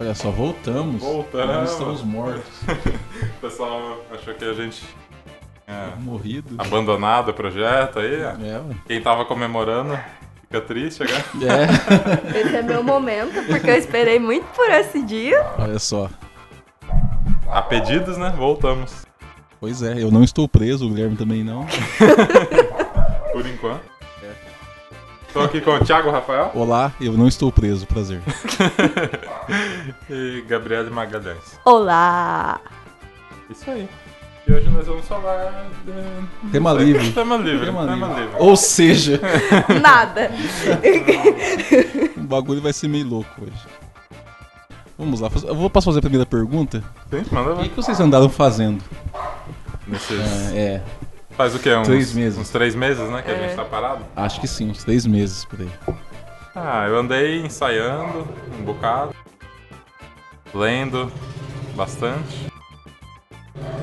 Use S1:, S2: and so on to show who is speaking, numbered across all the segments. S1: Olha só, voltamos.
S2: Voltamos.
S1: Não estamos mortos.
S2: O pessoal achou que a gente tinha
S1: Morridos.
S2: Ah, abandonado o projeto aí. ó.
S1: É, ué.
S2: Quem tava comemorando fica triste agora.
S1: é.
S3: Esse é meu momento, porque eu esperei muito por esse dia.
S1: Olha só.
S2: A pedidos, né? Voltamos.
S1: Pois é, eu não estou preso, o Guilherme também não.
S2: Por enquanto. Estou aqui com o Thiago Rafael
S1: Olá, eu não estou preso, prazer.
S2: e Gabriele Magalhães.
S3: Olá!
S2: Isso aí. E hoje nós vamos falar de...
S1: Tema livre.
S2: Tema livre.
S1: Tema
S2: Tema
S1: livre.
S2: livre.
S1: Ou seja,
S3: Nada!
S1: o bagulho vai ser meio louco hoje. Vamos lá, eu vou posso fazer a primeira pergunta?
S2: Gente, manda
S1: O
S2: lá.
S1: que que vocês andaram fazendo?
S2: Nesses...
S1: Ah, é,
S2: Faz o quê? Uns
S1: Três meses.
S2: Uns três meses, né? Que a
S3: É.
S2: gente tá parado.
S1: acho que sim, uns três meses por aí.
S2: Ah, eu andei ensaiando um bocado, lendo bastante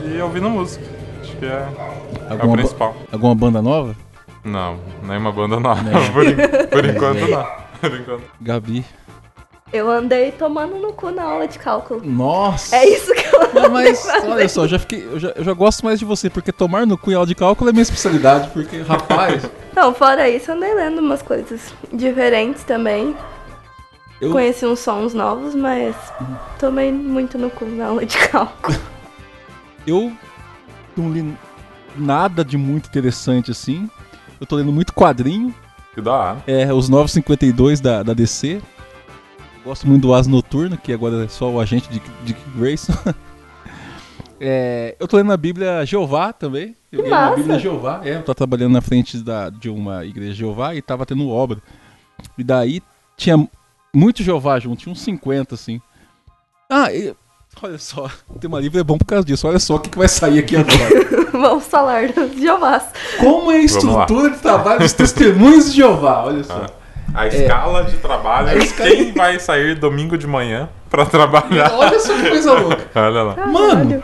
S2: e ouvindo música. Acho que é, é o
S1: Alguma, ba-
S2: principal.
S1: alguma banda nova?
S2: Não, nenhuma banda nova.
S1: Não.
S2: Por, en- por enquanto não. Por enquanto.
S1: Gabi.
S3: Eu andei tomando no cu na aula de cálculo.
S1: Nossa!
S3: É isso que eu
S1: Mas,
S3: andei
S1: mas,
S3: fazendo.
S1: olha só, eu já, fiquei, eu, já, eu já gosto mais de você, porque tomar no cu e aula de cálculo é minha especialidade, porque, rapaz,
S3: Não, fora isso, eu andei lendo umas coisas diferentes também.
S1: eu,
S3: Conheci uns sons novos, mas tomei muito no cu na aula de cálculo.
S1: eu não li nada de muito interessante assim. Eu tô lendo muito quadrinho,
S2: Que da hora.
S1: é os 952 da, da DC. Gosto muito do As Noturno, que agora é só o agente de de Dick Grayson. É, eu tô lendo a Bíblia Jeová também. Eu
S3: Que
S1: li a
S3: massa!
S1: Bíblia Jeová. É, eu tava trabalhando na frente da, de uma igreja Jeová e tava tendo obra. E daí tinha muito Jeová junto, tinha uns 50 assim. Ah, e- olha só, o tema livre é bom por causa disso. Olha só o que, que vai sair aqui agora.
S3: Vamos falar dos Jeovás.
S1: Como é a estrutura de trabalho dos testemunhos de Jeová? Olha só.
S2: A escala de trabalho.
S1: É. A escala-
S2: Quem vai sair domingo de manhã pra trabalhar?
S1: Olha só que coisa louca.
S2: Olha lá.
S1: Mano,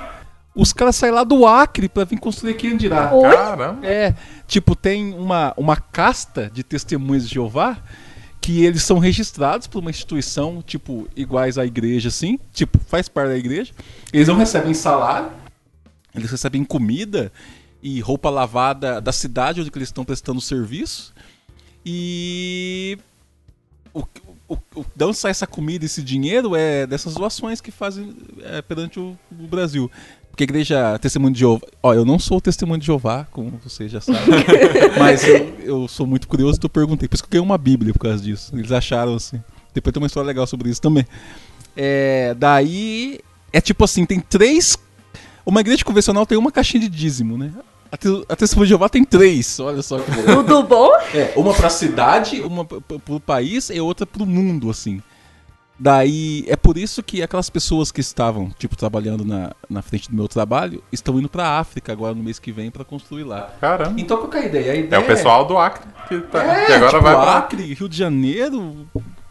S1: os caras saem lá do Acre pra vir construir aqui em Andirá.
S3: Oi?
S2: Caramba.
S1: É, tipo, tem uma, uma casta de testemunhas de Jeová que eles são registrados por uma instituição, tipo, iguais à igreja, assim, tipo, faz parte da igreja. Eles não recebem salário, eles recebem comida e roupa lavada da cidade onde que eles estão prestando serviço. E o, o, o, de onde sai essa comida, esse dinheiro, é dessas doações que fazem é, perante o, o Brasil. Porque a igreja Testemunho de Jeová. Ó, eu não sou o Testemunho de Jeová, como vocês já sabem. mas eu, eu sou muito curioso, então eu perguntei. Por isso que eu ganhei uma Bíblia por causa disso. Eles acharam assim. Depois tem uma história legal sobre isso também. É, daí. É tipo assim, tem três. Uma igreja convencional tem uma caixinha de dízimo, né? A, te, a Testemunho de Jeová tem três. Olha só que legal.
S3: O do bom?
S1: É, uma pra cidade, uma p- p- pro país e outra pro mundo, assim. Daí, é por isso que aquelas pessoas que estavam, tipo, trabalhando na, na frente do meu trabalho, estão indo pra África agora no mês que vem pra construir lá.
S2: Caramba.
S1: Então qual que é a ideia? A ideia
S2: É o pessoal do Acre que, tá, que agora
S1: tipo,
S2: vai pra
S1: Acre, Rio de Janeiro,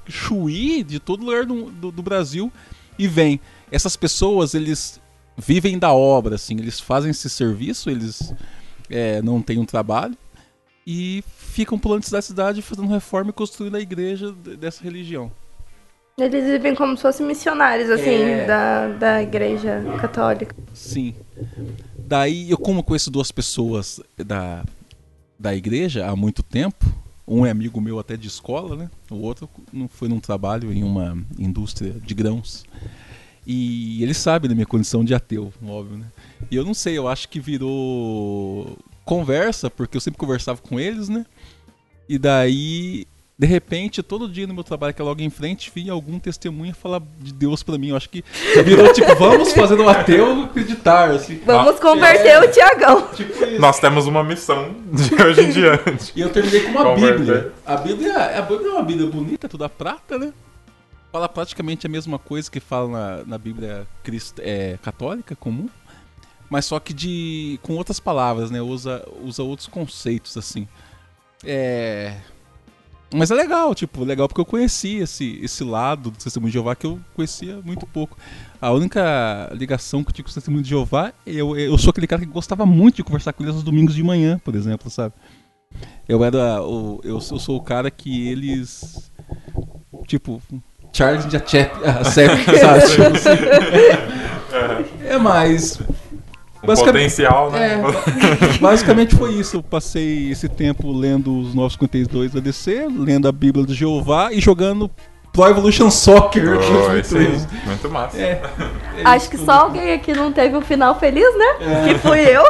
S1: Chuí, de todo lugar do, do, do Brasil, e vem. Essas pessoas, eles vivem da obra, assim, eles fazem esse serviço, eles é, não têm um trabalho, e ficam pulando de cidade em cidade, fazendo reforma e construindo a igreja de- dessa religião.
S3: Eles vivem como se fossem missionários, assim,
S1: É. Ah,
S3: da, da igreja católica.
S1: Sim. Daí eu como conheço duas pessoas da, da igreja há muito tempo. Um é amigo meu até de escola, né? O outro não foi num trabalho em uma indústria de grãos. E ele sabe da minha condição de ateu, óbvio, né? E eu não sei, eu acho que virou conversa, porque eu sempre conversava com eles, né? E daí, de repente, todo dia no meu trabalho, que é logo em frente, vinha algum testemunha falar de Deus pra mim. Eu acho que virou tipo, vamos fazer o ateu acreditar, assim.
S3: Vamos converter
S1: é.
S3: o Tiagão.
S1: Tipo isso.
S2: Nós temos uma missão de hoje em diante.
S1: E eu terminei com uma
S2: Converter.
S1: Bíblia. A Bíblia, a Bíblia é uma Bíblia bonita, toda prata, né? Fala praticamente a mesma coisa que fala na, na Bíblia crist, é, católica comum, mas só que de com outras palavras, né? Usa, usa outros conceitos, assim. É... Mas é legal, tipo, legal porque eu conheci esse, esse lado do Testemunho de Jeová que eu conhecia muito pouco. A única ligação que eu tive com o Testemunho de Jeová, eu, eu sou aquele cara que gostava muito de conversar com eles nos domingos de manhã, por exemplo, sabe? Eu era o. Eu, sou- eu sou o cara que eles. Tipo, Charles de Achep, ah, Acep, sabe? é, mas
S2: Um
S1: Basicamente- é,
S2: potencial, né?
S1: basicamente foi isso. Eu passei esse tempo lendo os 952 da DC, lendo a Bíblia de Jeová e jogando Pro Evolution Soccer.
S2: Oh, esse aí,
S1: 2013.
S2: muito massa.
S1: É, é
S3: Acho
S1: isso
S3: que
S1: tudo.
S3: só alguém aqui não teve um final feliz,
S1: É.
S3: né? Que fui eu.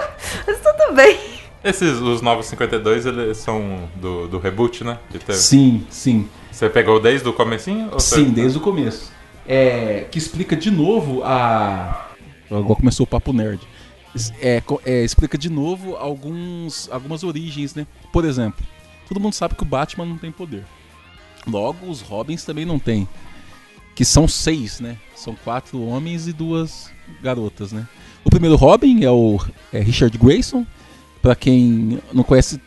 S3: Mas tudo bem.
S2: Esses, os 952, eles são do, do reboot, né? Que teve.
S1: Sim, sim.
S2: Você pegou desde o comecinho? ou você-
S1: Sim, desde o começo. É, que explica de novo a. Agora começou o papo nerd. Es- É, co- é, explica de novo alguns, algumas origens, né? Por exemplo, todo mundo sabe que o Batman não tem poder. Logo, os Robins também não têm. Que são seis, né? São quatro homens e duas garotas, né? O primeiro Robin é o é Richard Grayson. Pra quem não conhece,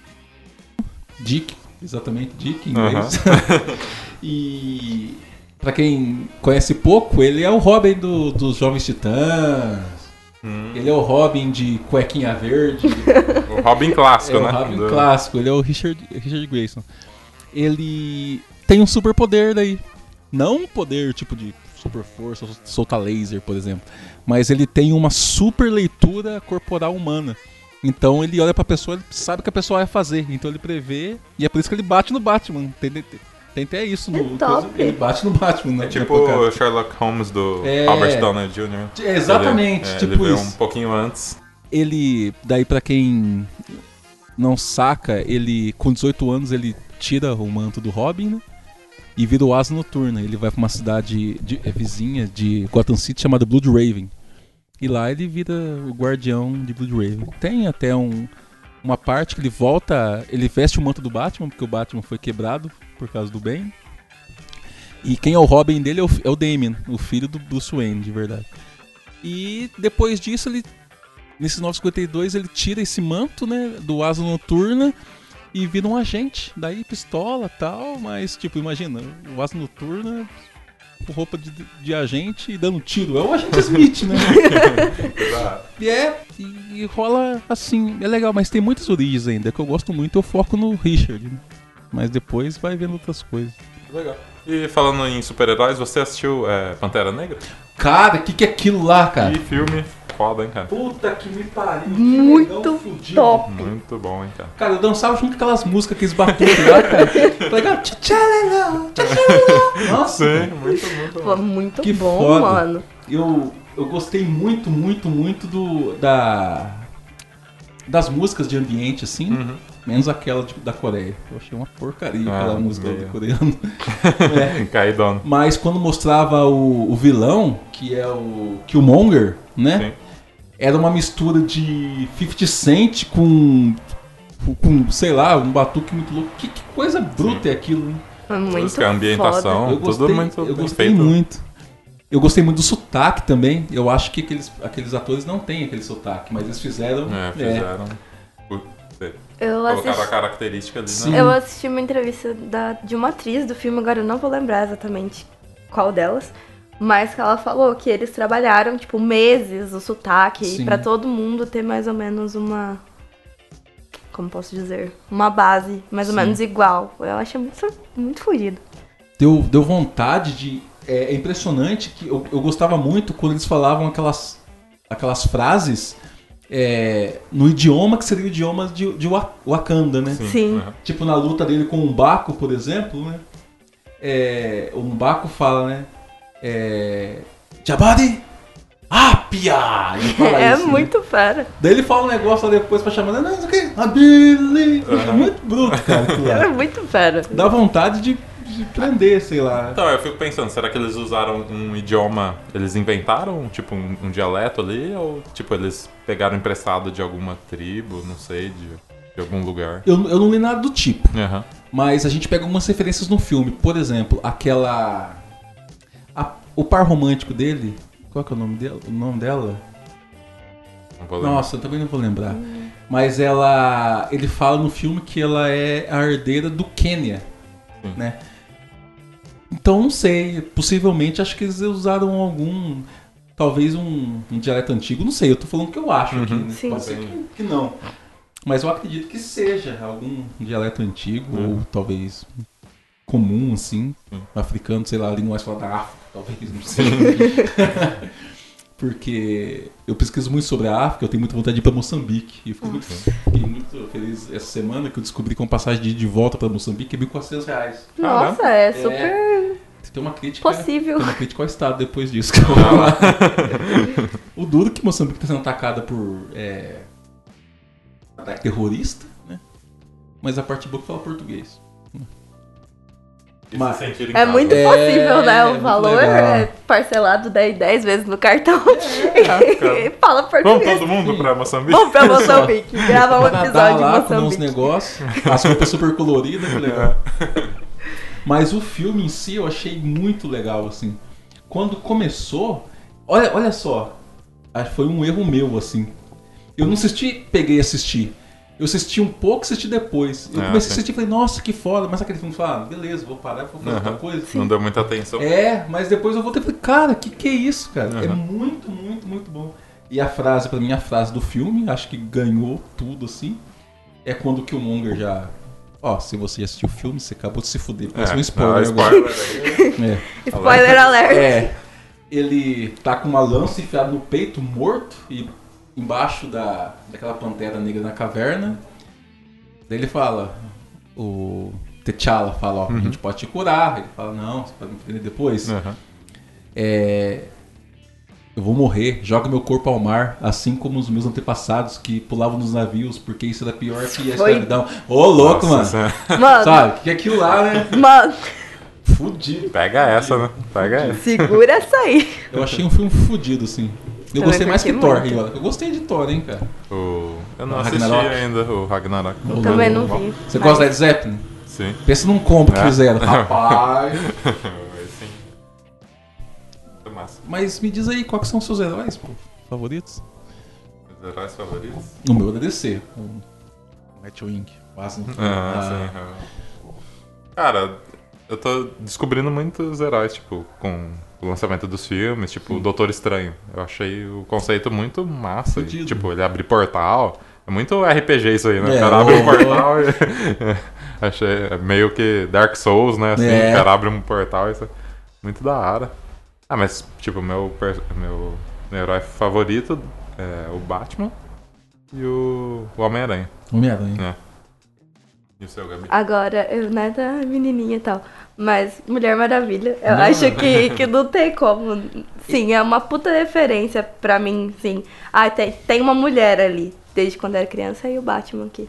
S1: Dick. Exatamente, Dick em inglês. E pra quem conhece pouco, ele é o Robin do- dos Jovens Titãs.
S2: Hum,
S1: Ele é o Robin de cuequinha verde.
S2: o Robin clássico,
S1: é o
S2: né?
S1: Robin
S2: Do-
S1: clássico. Ele é o Richard, Richard Grayson. Ele tem um superpoder daí. Não um poder tipo de super força, sol- soltar laser, por exemplo. Mas ele tem uma super leitura corporal humana. Então ele olha pra pessoa, ele sabe o que a pessoa vai fazer. Então ele prevê. E é por isso que ele bate no Batman. Tem, tem, tem até isso no.
S3: É top.
S1: Ele bate no Batman, né?
S2: É tipo o Sherlock Holmes do
S1: É.
S2: Robert Downey Jr.
S1: É, exatamente,
S2: Ele, é,
S1: tipo
S2: ele veio um
S1: isso.
S2: pouquinho antes.
S1: Ele, daí pra quem não saca, ele com 18 anos ele tira o manto do Robin, né? E vira o Asa Noturna. Ele vai pra uma cidade de- é, vizinha de Gotham City chamada Blood Raven. E lá ele vira o guardião de Blood Raven. Tem até um, uma parte que ele volta, ele veste o manto do Batman, porque o Batman foi quebrado por causa do bem. E quem é o Robin dele é o, fi- é o Damien, o filho do Bruce Wayne, de verdade. E depois disso ele Nesse 952 ele tira esse manto, né, do Asa Noturna e vira um agente. Daí pistola tal, mas tipo, imagina, o Asa Noturna com roupa de, de agente e dando tiro. É o agente Smith, né?
S2: Ah,
S1: e é, e, e rola assim, é legal, mas tem muitas origens ainda. que eu gosto muito, eu foco no Richard. né? Mas depois vai vendo outras coisas.
S2: Legal. E falando em super-heróis, você assistiu é, Pantera Negra?
S1: Cara, o que, que é aquilo lá, cara?
S2: Que filme foda, hein, cara?
S1: Puta que me pariu.
S3: Muito top.
S2: Muito bom, hein, cara?
S1: Cara, eu dançava junto com aquelas músicas que eles batucam lá, cara. Pegava tchalelão, tchalelão. Nossa,
S2: Sim, muito, muito
S3: Pô,
S2: bom.
S3: muito
S1: Que
S3: bom,
S1: foda.
S3: mano.
S1: eu, eu gostei muito, muito, muito do da das músicas de ambiente, assim.
S2: Uhum.
S1: Menos aquela tipo, da Coreia. Eu achei uma porcaria
S2: Ah,
S1: aquela música
S2: meio.
S1: coreana. É.
S2: Caidona.
S1: Mas quando mostrava o, o vilão, que é o Killmonger, né?
S2: Sim.
S1: era uma mistura de 50 Cent com, com sei lá, um batuque muito louco. Que, que coisa bruta é aquilo, hein?
S3: É muito
S2: Música, ambientação. Bom,
S3: foda.
S1: eu
S2: Ah, tudo
S1: gostei,
S2: muito
S1: eu
S2: bem
S1: gostei
S2: feito.
S1: muito. Eu gostei muito do sotaque também. Eu acho que aqueles, aqueles atores não têm aquele sotaque, mas eles fizeram.
S2: É, fizeram. Putz,
S3: Eu
S2: Colocaram a
S3: assisti,
S2: característica ali,
S1: Sim.
S2: né?
S3: eu assisti uma entrevista da, de uma atriz do filme, agora eu não vou lembrar exatamente qual delas. Mas que ela falou que eles trabalharam, tipo, meses o sotaque
S1: Sim.
S3: pra todo mundo ter mais ou menos uma. Como posso dizer? Uma base mais ou
S1: Sim.
S3: menos igual. Eu achei muito, muito fodido.
S1: Deu, deu vontade de. É, é impressionante que eu, eu gostava muito quando eles falavam aquelas, aquelas frases é, no idioma que seria o idioma de, de Wa- Wakanda, né?
S3: Sim.
S2: Uhum.
S1: Tipo na luta dele com o Umbaco, por exemplo, né? É, o Umbaco fala, né? É, Jabari! Apia! Ele fala
S3: é
S1: isso, né?
S3: muito fera.
S1: Daí ele fala um negócio lá depois pra chamar, não, isso aqui, Abili!
S2: Aham.
S1: Muito bruto, cara, aquilo
S3: É
S1: lá.
S3: muito fera.
S1: Dá vontade de, de prender, sei lá.
S2: Então, eu fico pensando, será que eles usaram um idioma, eles inventaram, tipo, um, um dialeto ali? Ou, tipo, eles pegaram emprestado de alguma tribo, não sei, de, de algum lugar?
S1: Eu, eu não li nada do tipo.
S2: Aham.
S1: Mas a gente pega algumas referências no filme. Por exemplo, aquela. a- o par romântico dele. Qual que é o nome dela? O nome dela?
S2: Não vou lembrar.
S1: Nossa, eu também não vou lembrar. Mas ela. Ele fala no filme que ela é a herdeira do Quênia.
S2: Sim.
S1: Né? Então não sei. Possivelmente acho que eles usaram algum. Talvez um, um dialeto antigo, não sei, eu tô falando o que eu acho
S2: Uhum.
S1: aqui, né?
S3: Sim.
S1: Pode ser que, que não.
S2: Uhum.
S1: Mas eu acredito que seja algum dialeto antigo, ou talvez comum, assim, africano, sei lá, a língua mais falada da África, talvez, não sei. Porque eu pesquiso muito sobre a África, eu tenho muita vontade de ir pra Moçambique. E eu fico muito, fiquei muito feliz essa semana que eu descobri que uma passagem de, ida e de volta pra Moçambique é 1.400 reais. Ah,
S3: Nossa, é super
S1: Tem uma crítica.
S3: possível.
S1: Tem uma crítica ao Estado depois disso que eu vou falar. o duro é que Moçambique está sendo atacada por é, ataque terrorista, né? Mas a parte boa é que fala português. Mas-
S3: É muito
S1: É,
S3: possível, né?
S1: é
S3: O
S1: muito
S3: valor
S1: legal.
S3: é parcelado 10, 10 vezes no cartão.
S2: É,
S1: Tá,
S3: e fala
S2: Vamos
S3: português.
S2: todo mundo pra Moçambique?
S3: Vamos pra Moçambique. Gravar um
S1: Canadá
S3: episódio
S1: lá
S3: em
S1: com uns
S3: Moçambique.
S1: negócios, as roupas super coloridas, que legal.
S2: É.
S1: Mas o filme em si eu achei muito legal, assim. Quando começou, olha, olha só, ah, foi um erro meu, assim. Eu não assisti, peguei e assisti. Eu assisti um pouco e assisti depois. Eu
S2: Ah,
S1: comecei a
S2: sim.
S1: assistir e falei, nossa, que foda. Mas aquele filme fala, ah, beleza, vou parar, vou fazer outra
S2: Aham.
S1: coisa.
S2: Não deu muita atenção.
S1: É, mas depois eu voltei e falei, cara, que que é isso, cara? É
S2: Então- Aham.
S1: muito, muito, muito bom. E a frase, pra mim, a frase do filme, acho que ganhou tudo, assim, é quando o Killmonger já... Ó, se você assistiu o filme, você acabou de se fuder. Parece um
S2: ah,
S1: spoiler agora.
S2: spoiler aí.
S3: Spoiler
S1: É.
S3: alert.
S1: É, ele tá com uma lança enfiada no peito, morto, e embaixo da, daquela pantera negra na caverna. Daí ele fala, o T'Challa fala, ó, a gente pode te curar. Ele fala, não, você pode me entender depois.
S2: Aham.
S1: É, Eu vou morrer, joga meu corpo ao mar, assim como os meus antepassados que pulavam nos navios, porque isso era pior que a
S3: Foi.
S1: escravidão. Ô, louco,
S2: Nossa,
S1: mano!
S2: você-
S3: Mano,
S1: Sabe, que é aquilo lá, né?
S3: mano,
S1: Fudido.
S2: Pega essa, né? Pega essa.
S3: segura essa aí.
S1: Eu achei um filme fudido, assim. Eu
S3: Também
S1: gostei mais que
S3: curti
S1: Thor,
S3: muito.
S1: hein, olha. Eu gostei de Thor, hein, cara.
S2: O... Eu não
S1: O
S2: assisti
S1: Ragnarok.
S2: ainda o Ragnarok.
S1: Ô,
S3: Também não
S1: louco.
S3: vi.
S1: Você
S3: mas-
S1: gosta de Led Zeppelin?
S2: Sim.
S1: Pensa num combo que
S2: É.
S1: fizeram. Rapaz.
S2: Mas Sim. Muito massa.
S1: Mas me diz aí, quais são os seus heróis, pô, favoritos?
S2: Os heróis favoritos?
S1: O meu é da DC. O Nightwing. Quase.
S2: Ah, sim. é. Cara, eu tô descobrindo muitos heróis, tipo, com o lançamento dos filmes, tipo, o Doutor Estranho. Eu achei o conceito muito massa. e,
S1: Fudido.
S2: tipo, ele abre portal. É muito RPG isso aí, né?
S1: É,
S2: o cara abre
S1: o-
S2: um portal e. achei é meio que Dark Souls, né? Assim,
S1: É.
S2: o cara abre um portal e isso. Muito da hora. Ah, mas, tipo, meu, per- meu, meu herói favorito é o Batman e o, o Homem-Aranha.
S1: Ah, Homem-Aranha.
S2: E o seu, Gabi?
S3: Agora, eu não é da menininha e tal, mas Mulher Maravilha, eu acho que, que não tem como. Sim, é uma puta referência pra mim, sim. Ah, tem, tem uma mulher ali, desde quando era criança, e o Batman aqui.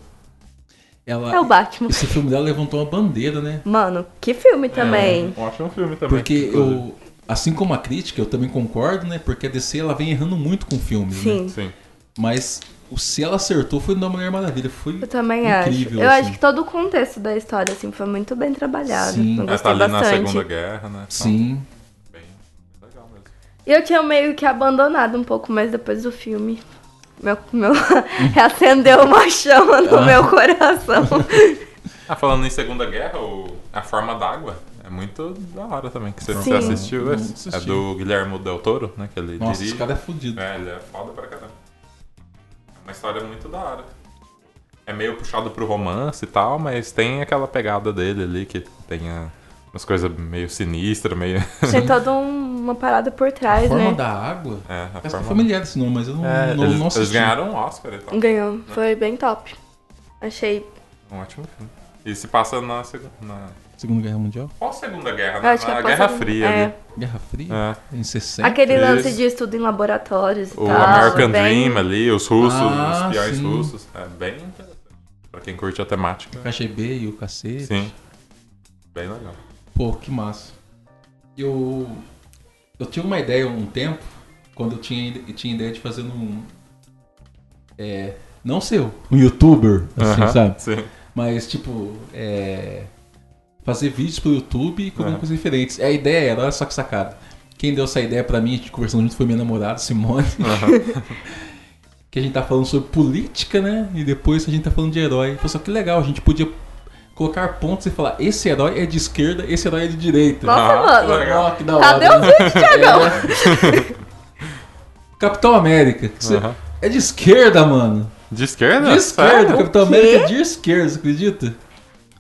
S1: Ela,
S2: Ah.
S3: É o Batman.
S1: Esse filme dela levantou uma bandeira, né?
S3: Mano, que filme também.
S2: É, um ótimo filme também.
S1: Porque eu, assim como a crítica, eu também concordo, né? Porque a DC ela vem errando muito com filmes, né?
S3: Sim,
S2: Sim.
S1: Mas o se ela acertou foi no da Mulher Maravilha, foi
S3: eu também
S1: incrível.
S3: acho. Eu
S1: assim.
S3: acho que todo o contexto da história, assim, foi muito bem trabalhado.
S1: Sim.
S3: Eu
S2: Ela tá
S3: gostei
S2: ali na Segunda
S3: bastante.
S2: Guerra, né?
S1: Sim.
S2: Então, bem legal mesmo.
S3: E eu tinha meio que abandonado um pouco mais depois do filme. Meu, meu reacendeu uma chama no
S1: Ah.
S3: meu coração.
S2: Ah, falando em Segunda Guerra, o... a forma d'água é muito da hora também. Que você,
S3: Sim.
S2: você assistiu
S1: Não
S2: esse?
S1: assisti.
S2: É do Guilhermo Del Toro, né? Que ele
S1: Nossa, esse
S2: dirige.
S1: cara é fudido.
S2: É, ele é foda pra caramba. É uma história muito da hora. É meio puxado pro romance e tal, mas tem aquela pegada dele ali que tem a- umas coisas meio sinistras, meio.
S3: Tem toda um- uma parada por
S1: A
S3: trás,
S1: forma
S3: né?
S1: da água.
S2: é, a
S1: Parece que é
S2: forma.
S1: familiar esse nome, mas eu não,
S2: É,
S1: não,
S2: eles,
S1: não
S2: eles
S1: assisti.
S2: ganharam um Oscar e tal.
S3: Ganhou. Foi bem top. Achei.
S2: Um ótimo filme. E se passa na segunda. Na...
S1: Segunda Guerra Mundial?
S2: Qual a segunda guerra? né?
S3: Eu acho que
S2: na
S3: é
S2: Guerra
S3: pós-
S2: Fria
S3: é.
S2: ali.
S1: Guerra Fria?
S2: É.
S1: Em 60?
S3: Aquele
S2: Isso.
S3: lance de estudo em laboratórios e
S2: O
S3: tal.
S2: American
S3: Tá. bem-
S2: Dream ali, os russos,
S1: Ah,
S2: os piores
S1: sim.
S2: russos. É bem interessante. Pra quem curte a temática.
S1: KGB e o cacete.
S2: Sim. Bem legal.
S1: Pô, que massa. Eu, eu tive uma ideia um tempo, quando eu tinha, eu tinha ideia de fazer um. É, não seu, um youtuber, assim,
S2: Aham,
S1: sabe?
S2: Sim.
S1: Mas tipo, é, fazer vídeos pro YouTube com
S2: Aham.
S1: coisas diferentes. É A ideia era, olha só que sacada. Quem deu essa ideia pra mim, a gente conversando junto, foi minha namorada, Simone. que a gente tá falando sobre política, né? E depois a gente tá falando de herói. Falei só que legal, a gente podia colocar pontos e falar: esse herói é de esquerda, esse herói é de direita.
S3: Nossa,
S2: Ah,
S3: mano.
S2: legal.
S1: Ó, que da
S3: Cadê o
S1: hora. né?
S3: vídeo, Thiagão?
S1: Capitão América. que você-
S2: Aham.
S1: É de esquerda, mano.
S2: De esquerda?
S1: De esquerda,
S2: Sério?
S1: Capitão América é de esquerda, você acredita?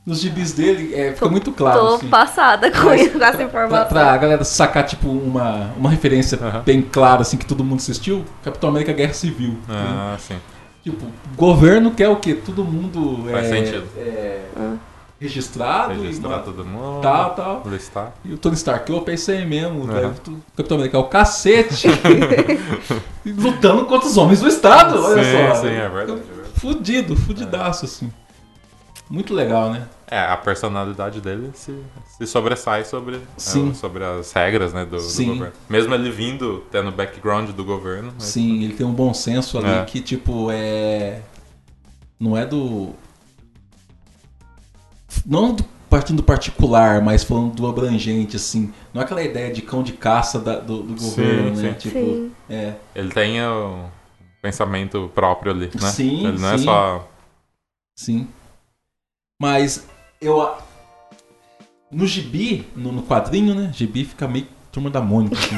S1: nos gibis dele é, fica muito claro.
S3: Tô
S1: assim.
S3: passada com,
S1: Mas
S3: isso, com essa
S1: Pra,
S3: informação.
S1: pra galera sacar, tipo, uma, uma referência
S2: Aham.
S1: bem clara, assim, que todo mundo assistiu, Capitão América Guerra Civil. né?
S2: Ah, sim.
S1: Tipo, governo quer o quê? Todo mundo
S2: Faz
S1: é,
S2: sentido.
S1: é,
S3: Ah.
S2: Tá
S1: registrado,
S2: Registrar
S1: e
S2: todo mundo.
S1: tal, tal.
S2: Listar.
S1: E o Tony Stark, opa, é isso aí mesmo,
S2: Aham.
S1: velho. Tu- Capitão América é o cacete. E lutando contra os homens do Estado, olha
S2: sim,
S1: só.
S2: sim, é verdade. é verdade.
S1: Fudido, fudidaço, assim. Muito legal, né?
S2: É, a personalidade dele se, se sobressai sobre, é,
S1: Sim.
S2: o- sobre as regras né, do, do
S1: Sim.
S2: governo. Mesmo ele vindo, tendo background do governo. né, mas-
S1: Sim, ele tem um bom senso ali
S2: É.
S1: que, tipo, é. Não é do. Não do- partindo do particular, mas falando do abrangente, assim. Não é aquela ideia de cão de caça da- do, do
S2: Sim,
S1: governo, né?
S2: sim.
S1: Tipo,
S3: Sim.
S1: é.
S2: Ele tem o pensamento próprio ali, né?
S1: Sim,
S2: Ele não é
S1: sim.
S2: só.
S1: Sim. Mas eu. a- No gibi, no, no quadrinho, né? Gibi fica meio turma da Mônica. assim.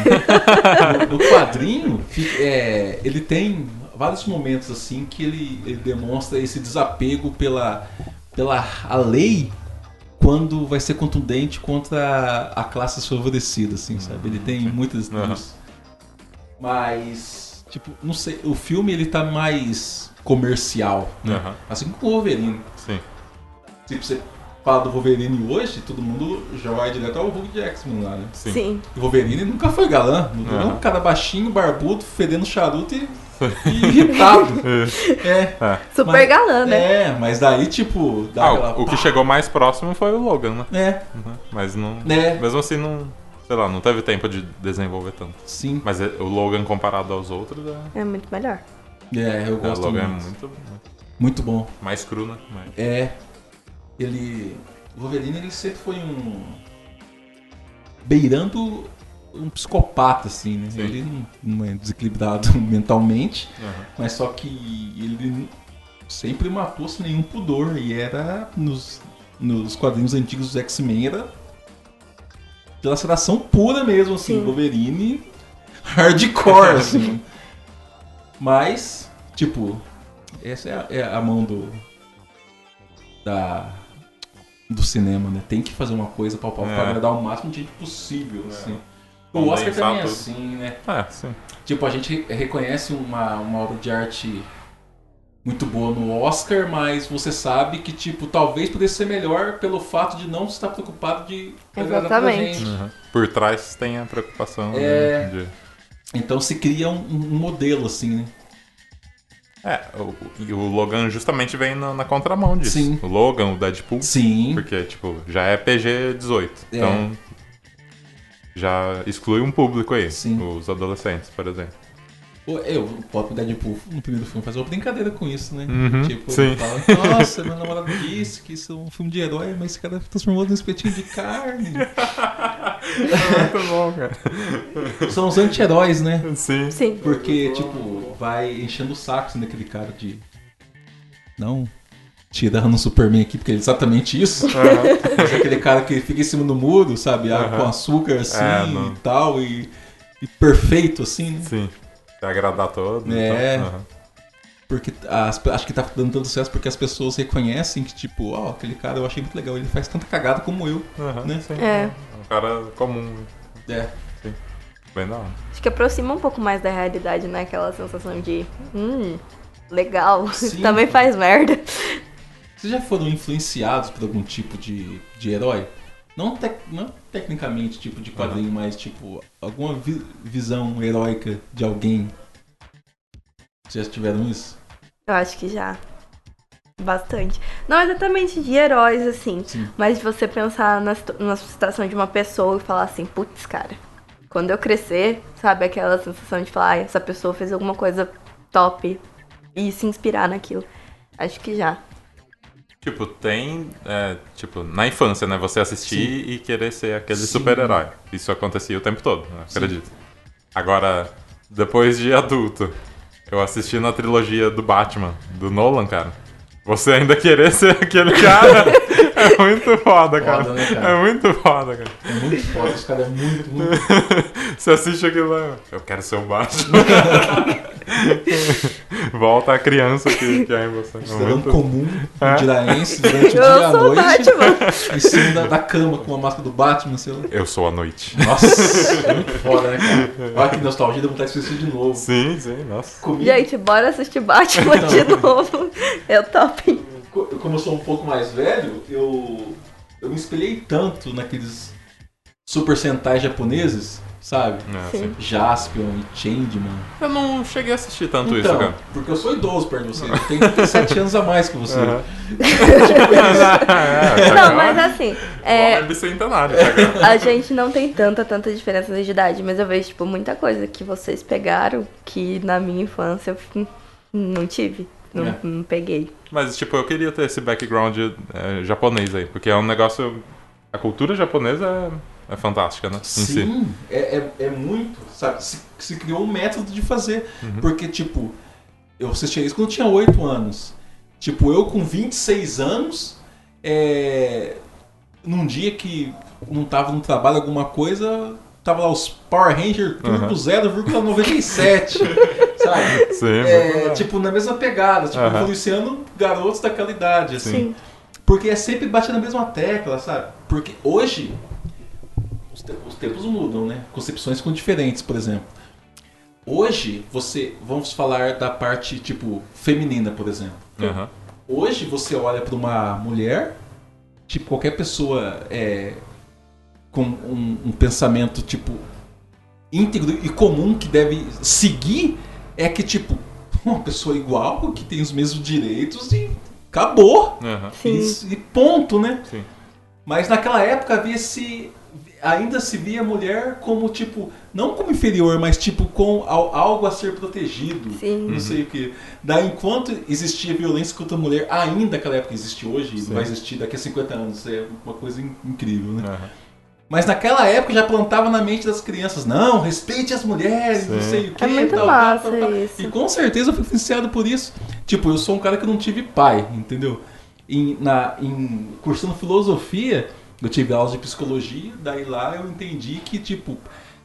S1: no, no quadrinho, fi- é, ele tem vários momentos assim que ele, ele demonstra esse desapego pela, pela a lei quando vai ser contundente contra a classe desfavorecida, assim, sabe? Ele tem muitas.
S2: Aham.
S1: disso. Mas, tipo, não sei, o filme ele tá mais comercial. né?
S2: Aham,
S1: Assim como o Wolverine.
S2: Sim.
S1: Tipo, você fala do Wolverine hoje, todo mundo já vai direto ao Hulk Jackman lá, né?
S2: Sim.
S3: Sim.
S1: E o Wolverine nunca foi galã. Não é
S2: Aham.
S1: um cara baixinho, barbudo, fedendo charuto e, e irritado. É,
S3: Super
S1: Mas-
S3: galã, né?
S1: é, mas daí, tipo, dá
S2: Ah,
S1: aquela.
S2: o, o que chegou mais próximo foi o Logan, né?
S1: É,
S2: Uhum. Mas não.
S1: né?
S2: Mesmo assim, não. Sei lá, não teve tempo de desenvolver tanto.
S1: Sim.
S2: Mas é- o Logan comparado aos outros é.
S3: É muito melhor.
S1: É, eu
S2: é, o
S1: gosto muito.
S2: Logan é muito, muito
S1: Muito bom.
S2: mais cru, né? Mas-
S1: É. Ele. O Wolverine ele sempre foi um. Beirando um psicopata, assim, né?
S2: Sim.
S1: Ele não- não é desequilibrado mentalmente,
S2: Aham.
S1: mas só que ele sempre matou sem nenhum pudor. E era. Nos, nos quadrinhos antigos dos X-Men era. Dilaceração pura mesmo, assim.
S3: Sim.
S1: Wolverine hardcore, assim. Mas, tipo, essa é a, é a mão do. Da. Do cinema, né? Tem que fazer uma coisa pra, pra,
S2: É.
S1: pra agradar o máximo de gente possível, assim. O
S2: Condensar
S1: Oscar também é
S2: tudo.
S1: assim, né?
S2: É, sim.
S1: Tipo, a gente re- reconhece uma, uma obra de arte muito boa no Oscar, mas você sabe que, tipo, talvez pudesse ser melhor pelo fato de não estar preocupado de agradar pra
S3: Exatamente.
S1: gente.
S2: Aham. Por trás tem a preocupação
S1: É.
S2: né, de.
S1: Então se cria um, um modelo, assim, né?
S2: É, o, e o Logan justamente vem na, na contramão disso.
S1: Sim.
S2: O Logan, o Deadpool,
S1: Sim.
S2: porque, tipo, já é PG-18.
S1: É.
S2: Então, já exclui um público aí.
S1: Sim.
S2: Os adolescentes, por exemplo.
S1: O- Eu, o próprio Deadpool no um primeiro filme faz uma brincadeira com isso, né?
S2: Uhum,
S1: tipo,
S2: sim.
S1: ele fala, nossa, meu namorado disse que isso é um filme de herói, mas esse cara transformou num espetinho de carne.
S2: Muito bom, cara.
S1: São os anti-heróis, né?
S2: Sim.
S3: Sim.
S1: Porque, tipo, vai enchendo o saco assim, daquele cara de. Não. Tirando o Superman aqui, porque é exatamente isso.
S2: Aham.
S1: Mas é aquele cara que fica em cima do muro, sabe? Ah,
S2: Aham.
S1: Com açúcar assim
S2: É, não.
S1: e tal, e, e perfeito assim, né?
S2: Sim. Pra agradar todos. e
S1: É.
S2: tal. Aham.
S1: Porque as- acho que tá dando tanto sucesso porque as pessoas reconhecem que, tipo, ó, aquele cara eu achei muito legal, ele faz tanta cagada como eu.
S2: Aham,
S1: Né?
S2: sim.
S3: É.
S2: Um cara comum.
S1: É.
S2: Bem da hora.
S3: Acho que aproxima um pouco mais da realidade, né? Aquela sensação de. Hum, legal.
S1: Sim.
S3: Também faz merda.
S1: Vocês já foram influenciados por algum tipo de, de herói? Não, tec- não tecnicamente, tipo, de quadrinho, mas, tipo, alguma vi- visão heróica de alguém? Vocês já tiveram isso?
S3: Eu acho que já. Bastante. Não exatamente de heróis, assim.
S1: Sim.
S3: Mas de você pensar na, situ- na situação de uma pessoa e falar assim, putz, cara, quando eu crescer, sabe, aquela sensação de falar, "Ai, essa pessoa fez alguma coisa top e se inspirar naquilo. Acho que já.
S2: Tipo, tem. é, tipo, na infância, né? Você assistir e querer ser aquele
S1: Sim.
S2: super-herói. Isso acontecia o tempo todo, eu acredito. Agora, depois de adulto, eu assisti na trilogia do Batman, do Nolan, cara. Você ainda querer ser aquele cara é muito foda, cara.
S1: Foda, né, cara?
S2: É muito foda, cara.
S1: É muito foda, os caras é muito, muito.
S2: né? um Você assiste aquilo lá. Eu quero ser o Batman. Volta a criança que, que é em você.
S1: Cidadão
S2: Muito-
S1: comum, diraense, durante o dia
S3: É. Eu
S1: à
S3: sou o
S1: noite,
S3: Batman.
S1: em cima da, da cama com a máscara do Batman, sei lá.
S2: Eu sou a noite.
S1: Nossa, é muito foda, né, cara? Olha que nostalgia, dá vontade de assistir de novo.
S2: Sim, sim, nossa.
S1: Comigo,
S3: Gente, bora assistir Batman de novo. Eu topo.
S1: co- como eu sou um pouco mais velho, eu, eu me espelhei tanto naqueles Super Sentai japoneses, sabe?
S2: É,
S3: Sim.
S1: Jaspion e Changeman.
S2: Eu não cheguei a assistir tanto isso,
S1: Então,
S2: cara.
S1: porque eu sou idoso perto de você, eu tenho 37 anos a mais que você.
S2: Aham.
S1: Tipo isso.
S3: Não, mas assim, é,
S2: É bicentenário, tá, cara?
S3: a gente não tem tanta, tanta diferença de idade, mas eu vejo, tipo, muita coisa que vocês pegaram que na minha infância eu f- não tive. Não,
S1: É.
S3: não peguei.
S2: Mas, tipo, eu queria ter esse background é, japonês aí, porque é um negócio. A cultura japonesa é, é fantástica, né? Em si.
S1: Sim, é, é, é muito, sabe? Se, se criou um método de fazer.
S2: Uhum.
S1: Porque, tipo, eu assistia isso quando eu tinha 8 anos. Tipo, eu com 26 anos, é, num dia que não tava no trabalho alguma coisa, tava lá os Power Ranger Turbo
S2: Uhum.
S1: 0,97, sabe?
S2: Sim,
S1: É,
S2: muito-
S1: tipo, na mesma pegada, tipo,
S2: Aham.
S1: policiando garotos daquela idade, assim.
S3: Sim.
S1: Porque é sempre bater na mesma tecla, sabe? Porque hoje os, te- os tempos mudam, né? Concepções ficam diferentes, por exemplo. Hoje você, vamos falar da parte tipo feminina, por exemplo.
S2: Aham.
S1: Hoje você olha pra uma mulher, tipo qualquer pessoa é, com um, um pensamento tipo íntegro e comum que deve seguir é que tipo uma pessoa igual que tem os mesmos direitos e acabou.
S2: Aham.
S3: Sim.
S1: Isso, e ponto, né?
S2: Sim.
S1: Mas naquela época havia se ainda se via a mulher como tipo não como inferior, mas tipo com al- algo a ser protegido.
S3: Sim.
S2: Uhum.
S1: Não sei o que. Daí enquanto existia violência contra a mulher, ainda naquela época existe hoje, e
S2: Sim.
S1: não vai existir daqui a 50 anos, é uma coisa in- incrível, né?
S2: Aham.
S1: Mas naquela época já plantava na mente das crianças, não, respeite as mulheres, não
S2: Sim.
S1: sei o que.
S3: É muito massa isso.
S1: E com certeza eu fui influenciado por isso. Tipo, eu sou um cara que não tive pai, entendeu? Em, na, em cursando filosofia, eu tive aulas de psicologia, daí lá eu entendi que, tipo,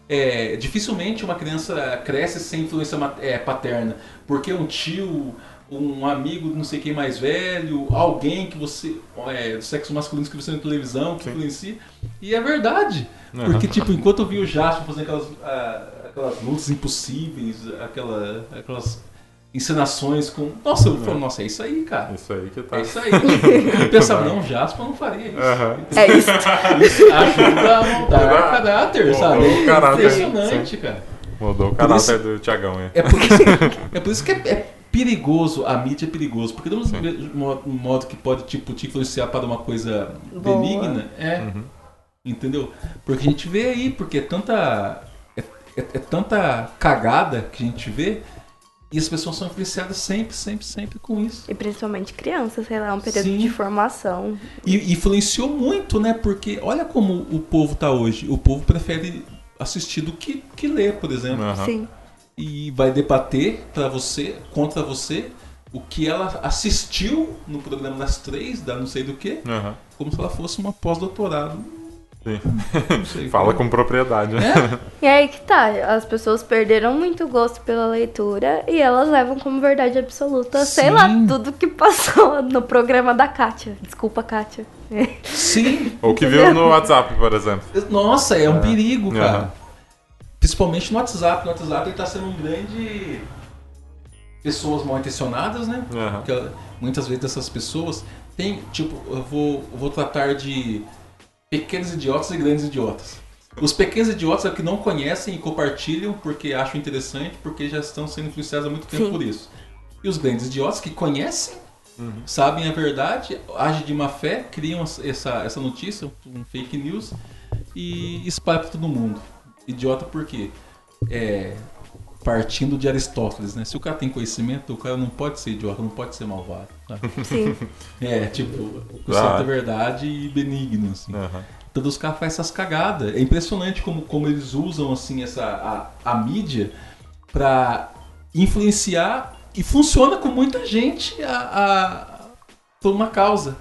S1: é, dificilmente uma criança cresce sem influência ma- é, paterna. Porque um tio, um amigo não sei quem mais velho, alguém que você. É, do sexo masculino que você vê na televisão, que
S2: Sim.
S1: influencia. E é verdade.
S2: Aham.
S1: Porque, tipo, enquanto eu vi o Jasper fazendo aquelas, ah, aquelas lutas impossíveis, aquela, aquelas encenações com. Nossa, eu falo, nossa, é isso aí, cara.
S2: Isso aí que tá.
S1: É isso aí. Eu pensava, não, o Jasper não faria isso.
S2: Aham.
S3: É isso.
S1: Isso ajuda a moldar o caráter,
S2: Moldou
S1: sabe?
S2: o
S1: É
S2: caráter,
S1: impressionante, cara.
S2: Mudou o caráter
S1: isso-
S2: do Tiagão aí.
S1: É por isso, é por isso que é, é perigoso, a mídia é perigoso, porque do mesmo mo- modo que pode tipo, te influenciar para uma coisa
S3: Boa.
S1: benigna, é. Entendeu? Porque a gente vê aí, porque é tanta. É, é- é tanta cagada que a gente vê, e as pessoas são influenciadas sempre, sempre, sempre com isso.
S3: E principalmente crianças, sei lá, é um período
S1: Sim.
S3: de formação.
S1: E e influenciou muito, né? Porque olha como o povo tá hoje. O povo prefere assistir do que, que ler, por exemplo.
S2: Aham.
S3: Sim.
S1: e vai debater para você, contra você, o que ela assistiu no programa das três, da não sei do que,
S2: Aham.
S1: como se ela fosse uma pós-doutorado.
S2: Sim.
S1: Não sei. É,
S2: Fala com propriedade, né?
S3: E aí que tá, as pessoas perderam muito o gosto pela leitura e elas levam como verdade absoluta, sei
S1: Sim.
S3: lá, tudo que passou no programa da Kátia. Desculpa, Kátia.
S1: Sim.
S2: Ou que viu no WhatsApp, por exemplo.
S1: Nossa, é um perigo,
S2: Aham.
S1: cara. Principalmente no WhatsApp. No WhatsApp ele tá sendo um grande. Pessoas mal intencionadas, né?
S2: Aham.
S1: Porque ela- muitas vezes essas pessoas têm, tipo, eu vou, eu vou tratar de pequenos idiotas e grandes idiotas. Os pequenos idiotas é que não conhecem e compartilham porque acham interessante, porque já estão sendo influenciados há muito tempo
S3: Sim.
S1: por isso. E os grandes idiotas que conhecem, sabem a verdade, agem de má fé, criam as- essa, essa notícia, um fake news, e espalham para todo mundo. Idiota por quê? É, partindo de Aristóteles, né? Se o cara tem conhecimento, o cara não pode ser idiota, não pode ser malvado. sabe?
S3: Sim.
S1: É, tipo, com
S2: Ah.
S1: certa verdade e benigno, assim.
S2: Aham.
S1: Então os caras fazem essas cagadas. É impressionante como, como eles usam, assim, essa, a, a mídia pra influenciar e funciona com muita gente a, a por uma causa.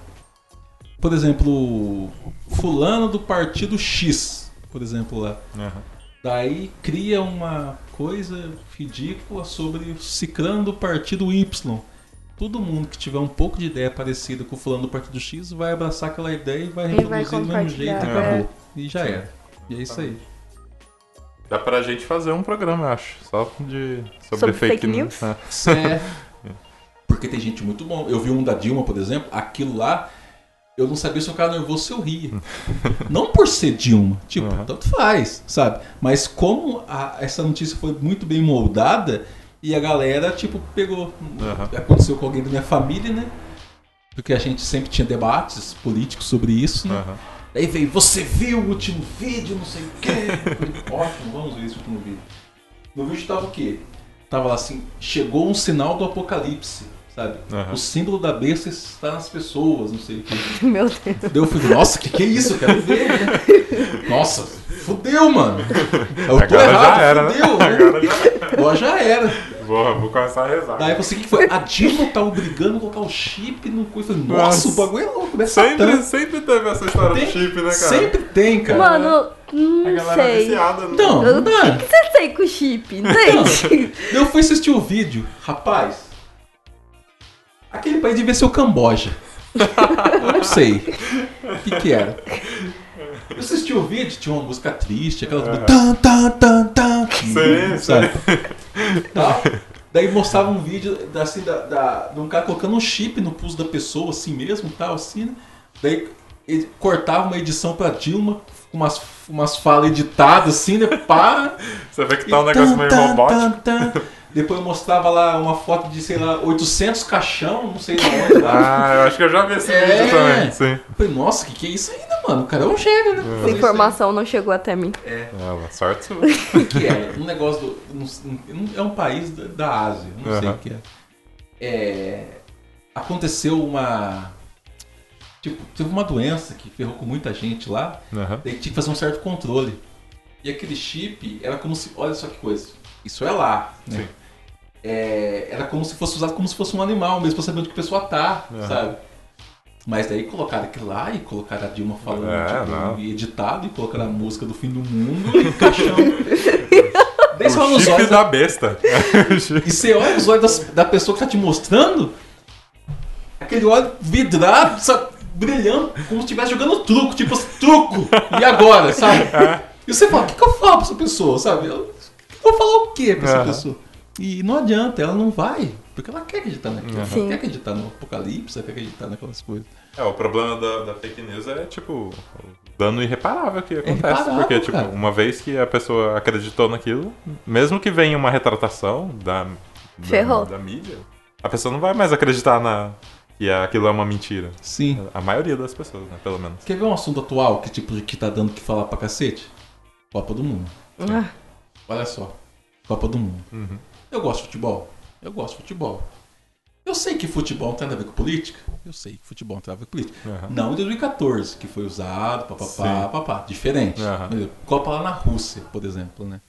S1: Por exemplo, fulano do partido X, por exemplo, lá
S2: Aham.
S1: Daí cria uma coisa ridícula sobre o ciclano do partido Y. Todo mundo que tiver um pouco de ideia parecida com o fulano do partido X vai abraçar aquela ideia e vai
S3: E vai
S1: reproduzir do mesmo jeito e
S3: compartilhar,
S1: acabou.
S3: né?
S1: E já era. E é isso aí.
S2: Dá pra gente fazer um programa, eu acho. Só de. Sobre,
S3: Sobre
S2: fake,
S3: fake
S2: news.
S3: news?
S2: né?
S1: É. Porque tem gente muito bom. Eu vi um da Dilma, por exemplo, aquilo lá, eu não sabia se eu ficava nervoso se eu ria. não por ser Dilma, tipo,
S2: Uhum.
S1: tanto faz, sabe? Mas como a- essa notícia foi muito bem moldada e a galera, tipo, pegou.
S2: Uhum.
S1: Aconteceu com alguém da minha família, né? Porque a gente sempre tinha debates políticos sobre isso, né?
S2: Aham.
S1: Aí veio, você viu o último vídeo, não sei o quê. Eu falei, Ótimo, vamos ver esse último vídeo. No vídeo tava o quê? Tava lá assim, chegou um sinal do apocalipse, sabe?
S2: Aham.
S1: O símbolo da besta está nas pessoas, não sei o quê.
S3: Meu Deus.
S1: Daí eu falei, nossa, que que é isso? Eu quero ver, né? Nossa, fudeu, mano. Eu tô
S2: Agora já
S1: errado,
S2: era, né?
S1: fudeu, né?
S2: Agora já era.
S1: Agora já era.
S2: Vou, vou começar a rezar.
S1: Daí eu consegui que foi, a Dilma tava brigando a colocar o chip no cu. Eu falei, nossa,
S2: Nossa.
S1: o bagulho é louco, né?
S2: sempre, sempre teve essa história do chip, né, cara?
S1: Sempre tem, cara.
S3: Mano,
S2: A
S3: não
S2: galera
S3: sei.
S2: viciada. né?
S1: Então,
S3: Eu-
S1: não
S3: O
S1: dá.
S3: que, que você tem com o chip? Entende?
S1: Eu fui assistir o vídeo, rapaz. Aquele país devia ser o Camboja. Eu não sei. O que, que era? Eu assisti o vídeo, tinha uma música triste, aquela.
S2: Aham.
S1: Tan, tan, tan, tan.
S2: Sim,
S1: sabe? Tá. Daí mostrava um vídeo da- assim, da, da- de um cara colocando um chip no pulso da pessoa, assim mesmo, tal, assim, né? Daí ele cortava uma edição pra Dilma, com umas, umas falas editadas, assim, né? Pá!
S2: Você vê que tá um negócio meio robótico.
S1: tan, tan. Depois eu mostrava lá uma foto de, sei lá, 800 caixão, não sei de onde lá.
S2: Ah, eu acho que eu já vi esse
S1: É.
S2: vídeo também. Sim.
S1: Eu Falei, nossa, que que é isso ainda, mano? O cara é um gênio, né?
S3: Essa informação não chegou até mim.
S2: É, mas sorte sua.
S1: O que que é? Um negócio do. um- um- é um país da, da Ásia, não sei
S2: Aham.
S1: o que é. É, Aconteceu uma. Tipo, teve uma doença que ferrou com muita gente lá.
S2: Aham.
S1: Daí tinha que fazer um certo controle. E aquele chip era como se. Olha só que coisa. Isso é lá. Né?
S2: Sim.
S1: É, era como se fosse usado como se fosse um animal mesmo, pra saber onde que a pessoa tá,
S2: Aham.
S1: sabe? Mas daí colocaram aquilo lá e colocaram a Dilma falando,
S2: É,
S1: tipo,
S2: não.
S1: e editado, e colocaram a música do fim do mundo e o caixão. daí você olha
S2: O
S1: nos
S2: chip
S1: olhos
S2: da besta.
S1: e você olha os olhos das- da pessoa que tá te mostrando, aquele olho vidrado, sabe, brilhando, como se estivesse jogando truco, tipo assim, truco, e agora, sabe? E você fala, o que, que eu falo pra essa pessoa, sabe? Eu, eu vou falar o que pra essa
S2: Aham.
S1: pessoa? E não adianta, ela não vai, porque ela quer acreditar naquilo,
S2: Aham.
S1: ela
S3: Sim.
S1: quer acreditar no apocalipse, ela quer acreditar naquelas coisas.
S2: É, o problema da, da fake news é, tipo, o dano irreparável que acontece.
S1: irreparável,
S2: porque, tipo,
S1: cara.
S2: uma vez que a pessoa acreditou naquilo, mesmo que venha uma retratação da, da-
S3: Ferrou.
S2: da mídia, a pessoa não vai mais acreditar na que aquilo é uma mentira.
S1: Sim.
S2: A maioria das pessoas, né, pelo menos.
S1: Quer ver um assunto atual que, tipo, que tá dando o que falar pra cacete? Copa do Mundo.
S3: Ah,
S1: Olha só. Copa do Mundo.
S2: Uhum.
S1: Eu gosto de futebol. Eu gosto de futebol. Eu sei que futebol não tem nada a ver com política. Eu sei que futebol não tem nada a ver com política.
S2: Aham.
S1: Não em 2014, que foi usado, papapá,
S2: Sim.
S1: papá. Diferente.
S2: Aham.
S1: Entendeu? Copa lá na Rússia, por exemplo, né?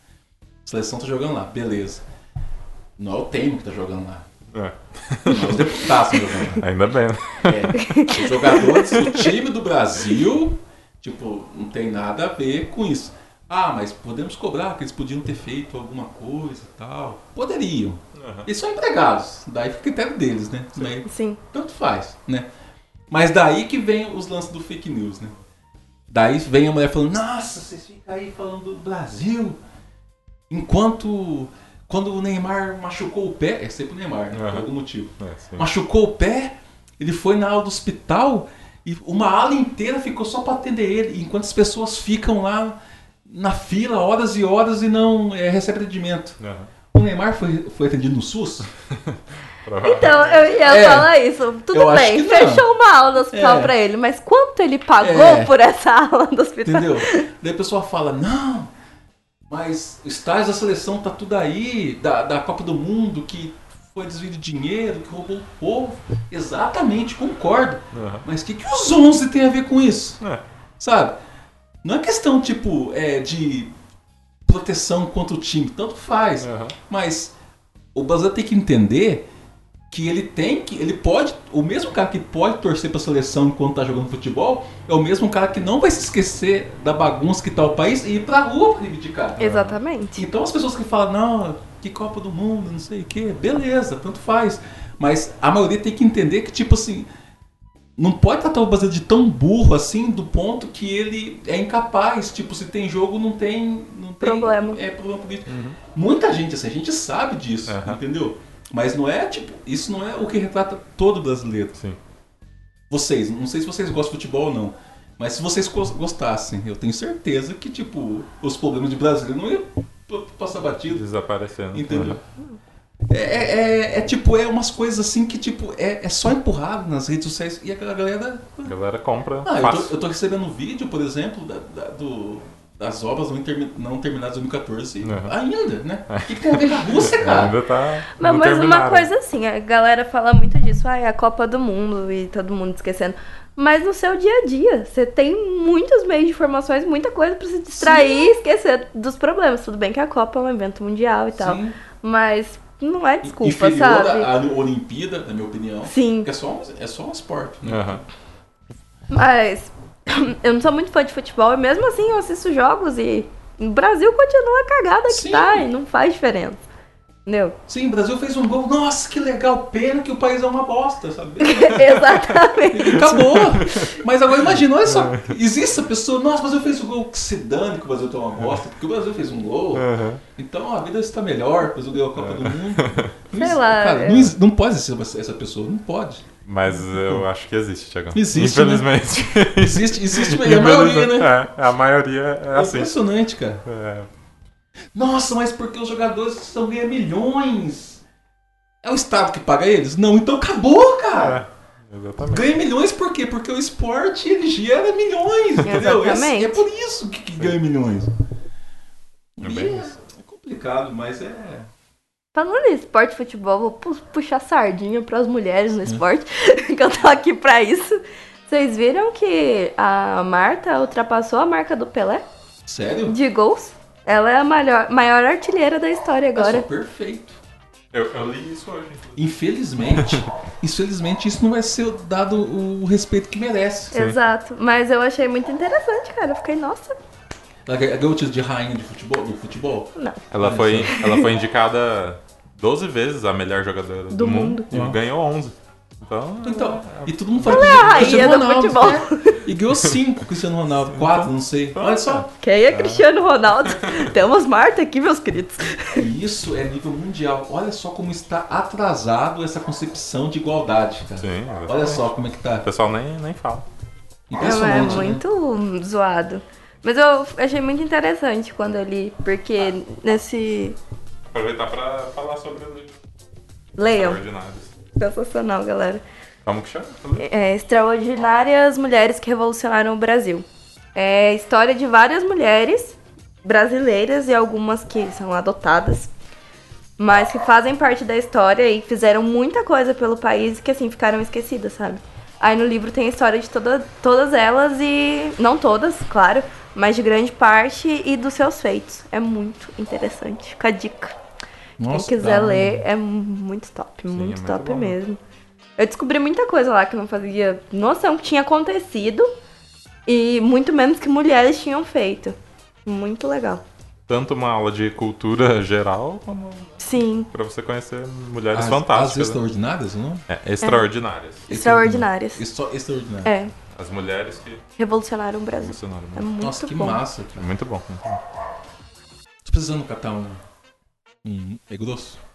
S1: A seleção tá jogando lá, beleza. Não é o Temer que tá jogando lá.
S2: É,
S1: Não é os deputados que estão jogando lá.
S2: ainda bem, né?
S1: É, os jogadores, o time do Brasil, tipo, não tem nada a ver com isso. Ah, mas podemos cobrar que eles podiam ter feito alguma coisa e tal. Poderiam.
S2: Aham.
S1: Eles são empregados, daí fica critério deles, né? Mas
S3: sim.
S1: tanto faz, né? Mas daí que vem os lances do fake news, né? Daí vem a mulher falando, nossa, vocês ficam aí falando do Brasil. Enquanto. Quando o Neymar machucou o pé, é sempre o Neymar, né? por
S2: Aham.
S1: algum motivo.
S2: É, sim.
S1: Machucou o pé, ele foi na ala do hospital e uma ala inteira ficou só pra atender ele, enquanto as pessoas ficam lá na fila horas e horas e não é, recebe atendimento.
S2: Aham.
S1: O Neymar foi, foi atendido no SUS?
S2: Provável.
S3: Então, eu ia
S1: É.
S3: falar isso. Tudo
S1: Eu acho
S3: bem,
S1: que não.
S3: fechou uma aula do hospital
S1: É.
S3: pra ele, mas quanto ele pagou
S1: É.
S3: por essa aula do hospital?
S1: Entendeu? Daí a pessoa fala, não, mas o estágio da seleção tá tudo aí, da, da Copa do Mundo, que foi desvio de dinheiro, que roubou o povo. Exatamente, concordo.
S2: Aham.
S1: Mas o que, que os 11 tem a ver com isso?
S2: É,
S1: Sabe? Não é questão, tipo, é, de
S2: É.
S1: proteção contra o time, tanto faz.
S2: aham.
S1: Mas o brasileiro tem que entender que ele tem que ele pode o mesmo cara que pode torcer para a seleção enquanto tá jogando futebol é o mesmo cara que não vai se esquecer da bagunça que tá o país e ir pra rua pra reivindicar
S3: É. Exatamente.
S1: então as pessoas que falam não que Copa do Mundo não sei o que beleza tanto faz mas a maioria tem que entender que tipo assim não pode tratar o brasileiro de tão burro assim do ponto que ele é incapaz tipo se tem jogo não tem não tem
S3: Problema.
S1: é problema político muita gente assim a gente sabe disso
S2: Aham.
S1: entendeu mas não é tipo isso não é o que retrata todo brasileiro
S2: Sim.
S1: vocês não sei se vocês gostam de futebol ou não mas se vocês gos- gostassem eu tenho certeza que tipo os problemas de brasileiro não iam p- passar batido
S2: Desaparecendo.
S1: Entendeu? É, é- é- é tipo, é umas coisas assim que, tipo, é, é só empurrado nas redes sociais e aquela galera.
S2: A galera compra
S1: Ah, eu tô,
S2: fácil.
S1: eu tô recebendo um vídeo, por exemplo, da- da- do- das obras não, intermi- não terminadas em 2014.
S2: Aham.
S1: Ainda, né? O que, que tem a ver com a Rússia, cara?
S2: Ainda tá.
S3: Mas,
S2: não
S3: mas uma
S2: terminaram.
S3: coisa assim, a galera fala muito disso, ah, é a Copa do Mundo e todo mundo esquecendo. Mas no seu dia a dia, você tem muitos meios de informações, muita coisa pra se distrair e esquecer dos problemas. Tudo bem que a Copa é um evento mundial e tal.
S1: Sim.
S3: Mas não é desculpa,
S1: Inferior
S3: sabe?
S1: à à Olimpíada, na minha opinião.
S3: Sim.
S1: É só, um- é só um esporte. né?
S2: Aham.
S3: Mas eu não sou muito fã de futebol e mesmo assim eu assisto jogos e o Brasil continua a cagada que
S1: Sim.
S3: tá e não faz diferença. Entendeu?
S1: Sim, o Brasil fez um gol. Nossa, que legal. Pena que o país é uma bosta, sabe?
S3: Exatamente.
S1: Acabou! Mas agora imagina, olha só,
S2: É.
S1: existe essa pessoa, nossa, o Brasil fez um gol, que se dane que o Brasil tá uma bosta, porque o Brasil fez um gol,
S2: Aham. É.
S1: então a vida está melhor, o Brasil ganhou a Copa do Mundo. Não
S3: Sei
S1: exi-
S3: lá,
S1: Cara,
S3: é.
S1: não, exi- não pode existir essa- essa pessoa, não pode.
S2: Mas eu acho que existe, Tiagão.
S1: Existe,
S2: Infelizmente.
S1: Existe, existe mas é a maioria, né?
S2: É, a maioria é
S1: É
S2: assim.
S1: impressionante, cara.
S2: É,
S1: Nossa, mas porque os jogadores estão ganhando milhões? É o Estado que paga eles? Não, então acabou, cara!
S2: é, exatamente.
S1: Ganha milhões por quê? Porque o esporte ele gera milhões, entendeu? É-
S3: Exatamente.
S1: É por isso que, que ganha milhões.
S2: É
S1: E
S2: bem
S1: é, é complicado, mas é.
S3: Falando em esporte e futebol, vou pu- puxar sardinha pras mulheres no esporte, que eu tô aqui pra isso. Vocês viram que a Marta ultrapassou a marca do Pelé
S1: Sério?
S3: de gols? Ela é a maior, maior artilheira da história
S1: Agora.
S3: agora.
S1: perfeito.
S2: Eu, eu li isso hoje. inclusive.
S1: Infelizmente, infelizmente isso não vai ser dado o respeito que merece.
S3: Exato. Mas eu achei muito interessante, cara. Eu fiquei, nossa,
S1: Ela ganhou- ganhou o título de rainha de futebol, do futebol?
S3: não.
S1: Ah,
S2: Ela foi, ela foi indicada 12 vezes a melhor jogadora do,
S3: Do
S2: mundo,
S3: mundo.
S2: e ganhou 11. Então,
S1: Então, e todo mundo fala
S3: Ela é a
S1: que
S3: rainha do futebol.
S1: né? E ganhou 5 Cristiano Ronaldo, 4, não sei. Olha só.
S3: Quem é Cristiano Ronaldo? Temos Marta aqui, meus queridos.
S1: E isso é nível mundial. Olha só como está atrasado essa concepção de igualdade, cara.
S2: sim.
S1: Olha
S2: exatamente.
S1: só como é que tá.
S2: O pessoal nem, nem fala.
S3: Ela é
S1: Impressionante. né?
S3: muito zoado. Mas eu achei muito interessante quando eu li, porque nesse.
S2: Aproveitar pra falar sobre os
S3: Leiam.
S2: extraordinários.
S3: Sensacional, galera.
S2: Como que chama?
S3: É, Extraordinárias Mulheres que Revolucionaram o Brasil. É a história de várias mulheres brasileiras e algumas que são adotadas, mas que fazem parte da história e fizeram muita coisa pelo país e que assim ficaram esquecidas, sabe? Aí no livro tem a história de toda, todas elas e. Não todas, claro, mas de grande parte e dos seus feitos. É muito interessante. Fica a dica.
S1: Nossa,
S3: Quem quiser
S1: tá.
S3: ler, é muito top,
S2: é
S3: muito
S2: muito
S3: top
S2: bom, né?
S3: mesmo. Eu descobri muita coisa lá que eu não fazia noção que tinha acontecido e muito menos que mulheres tinham feito. Muito legal.
S2: Tanto uma aula de cultura geral, como
S3: Sim,
S2: pra você conhecer mulheres
S1: As, as
S2: fantásticas. né?
S1: extraordinárias, não?
S2: É, extraordinárias.
S3: extraordinárias.
S1: Só extraordinárias.
S3: É,
S2: As mulheres que
S3: revolucionaram o Brasil.
S2: funcionaram.
S3: É muito
S1: Nossa, que
S3: bom.
S1: massa, cara.
S2: Muito bom. muito bom.
S1: Tô precisando catar um. Um. É grosso?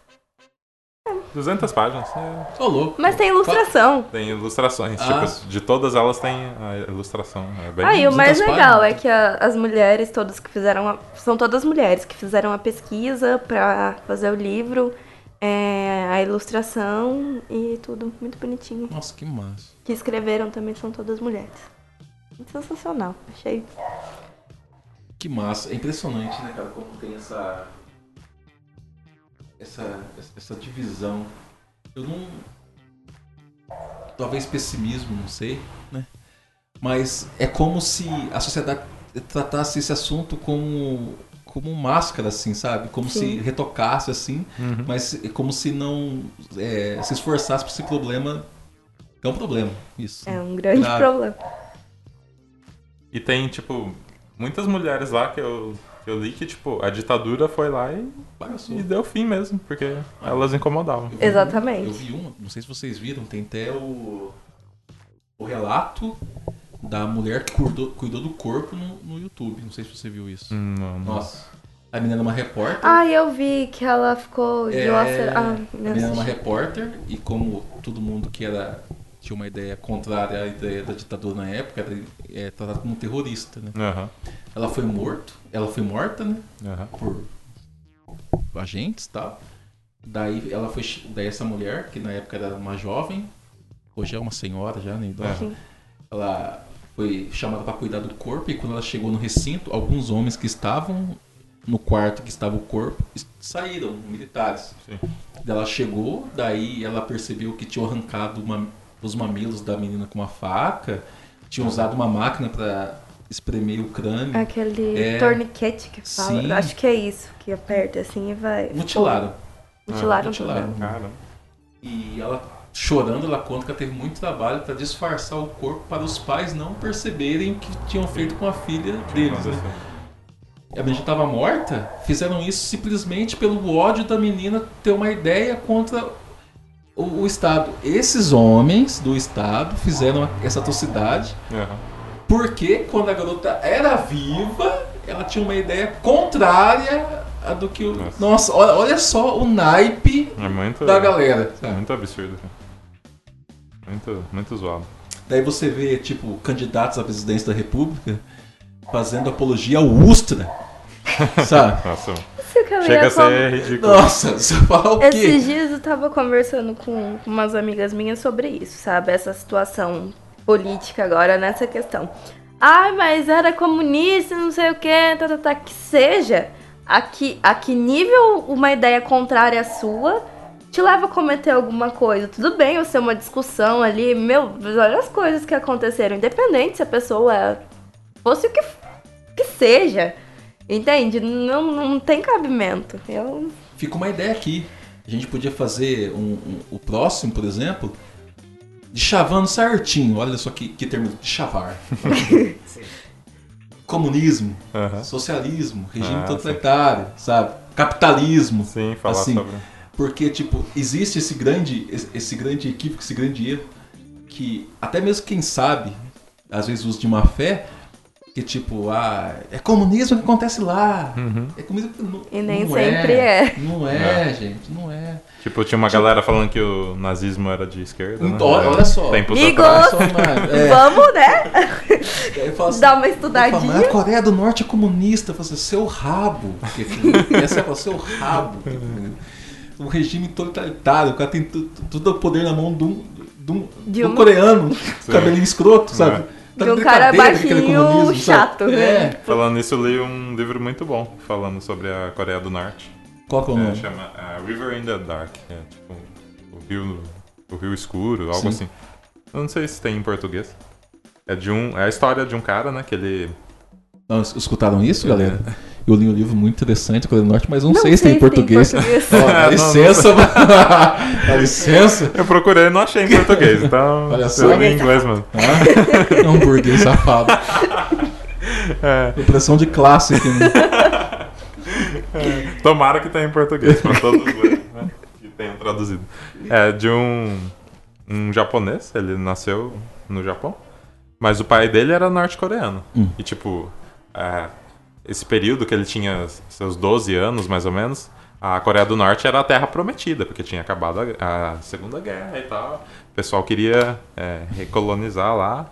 S2: 200 páginas. né?
S1: Tô louco.
S3: Mas tem ilustração.
S2: Tem ilustrações.
S1: Ah.
S2: Tipo, de todas elas tem a ilustração. É bem...
S3: Aí, o
S1: muitas
S3: mais legal é
S1: páginas.
S3: que a- as mulheres todas que fizeram. a- são todas mulheres que fizeram a pesquisa pra fazer o livro, é, a ilustração e tudo. Muito bonitinho.
S1: Nossa, que massa.
S3: que escreveram também são todas mulheres. Sensacional, achei.
S1: Que massa. É impressionante, né, cara, como tem essa. Essa, essa divisão. Eu não. Talvez pessimismo, não sei, né? Mas é como se a sociedade tratasse esse assunto como, como máscara, assim, sabe? Como se
S3: Sim.
S1: retocasse, assim,
S2: Uhum.
S1: mas é como se não é, se esforçasse pra esse problema. É um problema, isso.
S3: É um grande
S1: Grave.
S3: problema.
S2: E tem, tipo, muitas mulheres lá que eu, que eu li que, tipo, a ditadura foi lá e,
S1: Bagaçou.
S2: e deu fim mesmo, porque elas incomodavam.
S1: Eu vi-
S3: Exatamente.
S1: Eu vi uma, não sei se vocês viram, tem até o, o relato da mulher que cuidou, cuidou do corpo no, no YouTube. Não sei se você viu isso.
S2: Hum, Não, não.
S1: Nossa. A menina era uma repórter.
S3: Ah, eu vi que ela ficou de
S1: É,
S3: lacera- Ah,
S1: a
S3: não
S1: menina era uma
S3: assisti.
S1: repórter e como todo mundo que era tinha uma ideia contrária à ideia da ditadura na época, era é, tratado como terrorista, né?
S2: Aham,
S1: Ela foi morto, ela foi morta, né?
S2: aham.
S1: por agentes e tal. Daí ela foi. chi- Daí essa mulher, que na época era uma jovem, hoje é uma senhora já, nem idosa,
S3: Sim.
S1: ela foi chamada para cuidar do corpo e quando ela chegou no recinto, alguns homens que estavam no quarto que estava o corpo es- saíram, militares.
S2: Sim.
S1: Daí ela chegou, daí ela percebeu que tinham arrancado uma- os mamilos da menina com uma faca, tinham usado uma máquina para espremer o crânio.
S3: Aquele
S1: É.
S3: torniquete que fala.
S1: Sim. Ah,
S3: Eu Acho que é isso, que aperta assim e vai. um
S1: Mutilaram.
S3: Mutilaram.
S1: Mutilaram.
S2: Cara,
S1: E ela chorando, ela conta que ela teve muito trabalho para disfarçar o corpo para os pais não perceberem o que tinham feito com a filha deles. Né? A menina já estava morta, fizeram isso simplesmente pelo ódio da menina ter uma ideia contra o, o Estado. Esses homens do Estado fizeram essa atrocidade
S2: Aham.
S1: porque quando a garota era viva, ela tinha uma ideia contrária à do que o.
S2: Nossa.
S1: Nossa, olha, olha só o naipe
S2: É muito,
S1: da galera.
S2: é
S1: sabe?
S2: muito absurdo. cara. Muito, muito zoado.
S1: Daí você vê, tipo, candidatos à presidência da república fazendo apologia ao Ustra. Sabe?
S2: Nossa,
S3: Isso que eu
S2: chega
S3: ia
S2: a
S3: falar.
S2: ser ridículo.
S1: Nossa, você fala o
S3: Esses
S1: quê?
S3: dias eu tava conversando com com umas amigas minhas sobre isso, sabe? Essa situação política agora, nessa questão. Ai, mas era comunista, não sei o que, tá, tá, tá. Que seja, a que, a que nível uma ideia contrária à sua te leva a cometer alguma coisa. Tudo bem eu ser uma discussão ali, meu, mas olha as coisas que aconteceram, independente se a pessoa fosse o que, f- que seja. Entende? Não, não tem cabimento. Eu
S1: Fica uma ideia aqui. A gente podia fazer um, um- o próximo, por exemplo, de chavando certinho. Olha só que, que termo de chavar. Comunismo,
S2: Aham.
S1: socialismo, regime
S2: Ah, sim.
S1: totalitário, sabe? Capitalismo.
S2: Sim, falar
S1: Assim,
S2: sobre.
S1: Porque, tipo, existe esse grande, esse- esse grande equívoco, esse grande erro, que até mesmo quem sabe, às vezes usa de má fé, que tipo, ah, é comunismo que acontece lá.
S2: Uhum.
S1: É comunismo que não,
S3: E nem
S1: não
S3: sempre é.
S1: Não é, gente, não é.
S2: Tipo, tinha uma galera falando que o nazismo era de esquerda. Né?
S1: Então, olha- olha só.
S2: Tempos
S3: Migo!
S2: atrás.
S1: Olha só, mano, é,
S3: Vamos, né?
S1: aí eu falo assim,
S3: Dar uma
S1: eu falo, mas a
S3: estudadinha.
S1: Coreia do Norte é comunista, eu falo assim, seu rabo. Porque, assim, essa é o seu rabo. Um regime totalitário, o cara tem tu- tu- todo o poder na mão de um, de um,
S3: De
S1: de um
S3: um-
S1: coreano,
S2: Sim.
S1: cabelinho escroto, sabe?
S2: É.
S1: Tá
S3: De um
S1: brincadeira
S3: cara
S1: daquele
S3: baixinho,
S1: comunismo, sabe?
S3: chato, né?
S1: É.
S2: Falando nisso, eu li um livro muito bom falando sobre a Coreia do Norte.
S1: Qual que é o
S2: É,
S1: nome?
S2: chama ah, River in the Dark. É, tipo, o rio, o rio escuro, algo
S1: Sim.
S2: assim. Eu não sei se tem em português. É, de um, é a história de um cara, né? Que ele.
S1: Não, escutaram isso, galera? Eu li um livro muito interessante, Coreia do Norte, mas não, sei, se tem em
S3: em
S1: português. Ó, dá
S2: Não, não
S1: licença, mano. dá licença.
S2: Eu procurei e não achei em português, então.
S1: Olha só.
S2: Eu li em inglês, mano.
S1: Ah, é um burguês safado.
S2: É,
S1: Opressão de classe aqui, né?
S2: tomara que tenha em português, pra todos lerem, né? Que tenham traduzido. É de um. Um japonês, ele nasceu no Japão. Mas o pai dele era norte-coreano.
S1: Hum.
S2: E tipo, é, esse período que ele tinha seus 12 anos, mais ou menos, a Coreia do Norte era a terra prometida, porque tinha acabado a, a Segunda Guerra e tal. O pessoal queria é, recolonizar lá.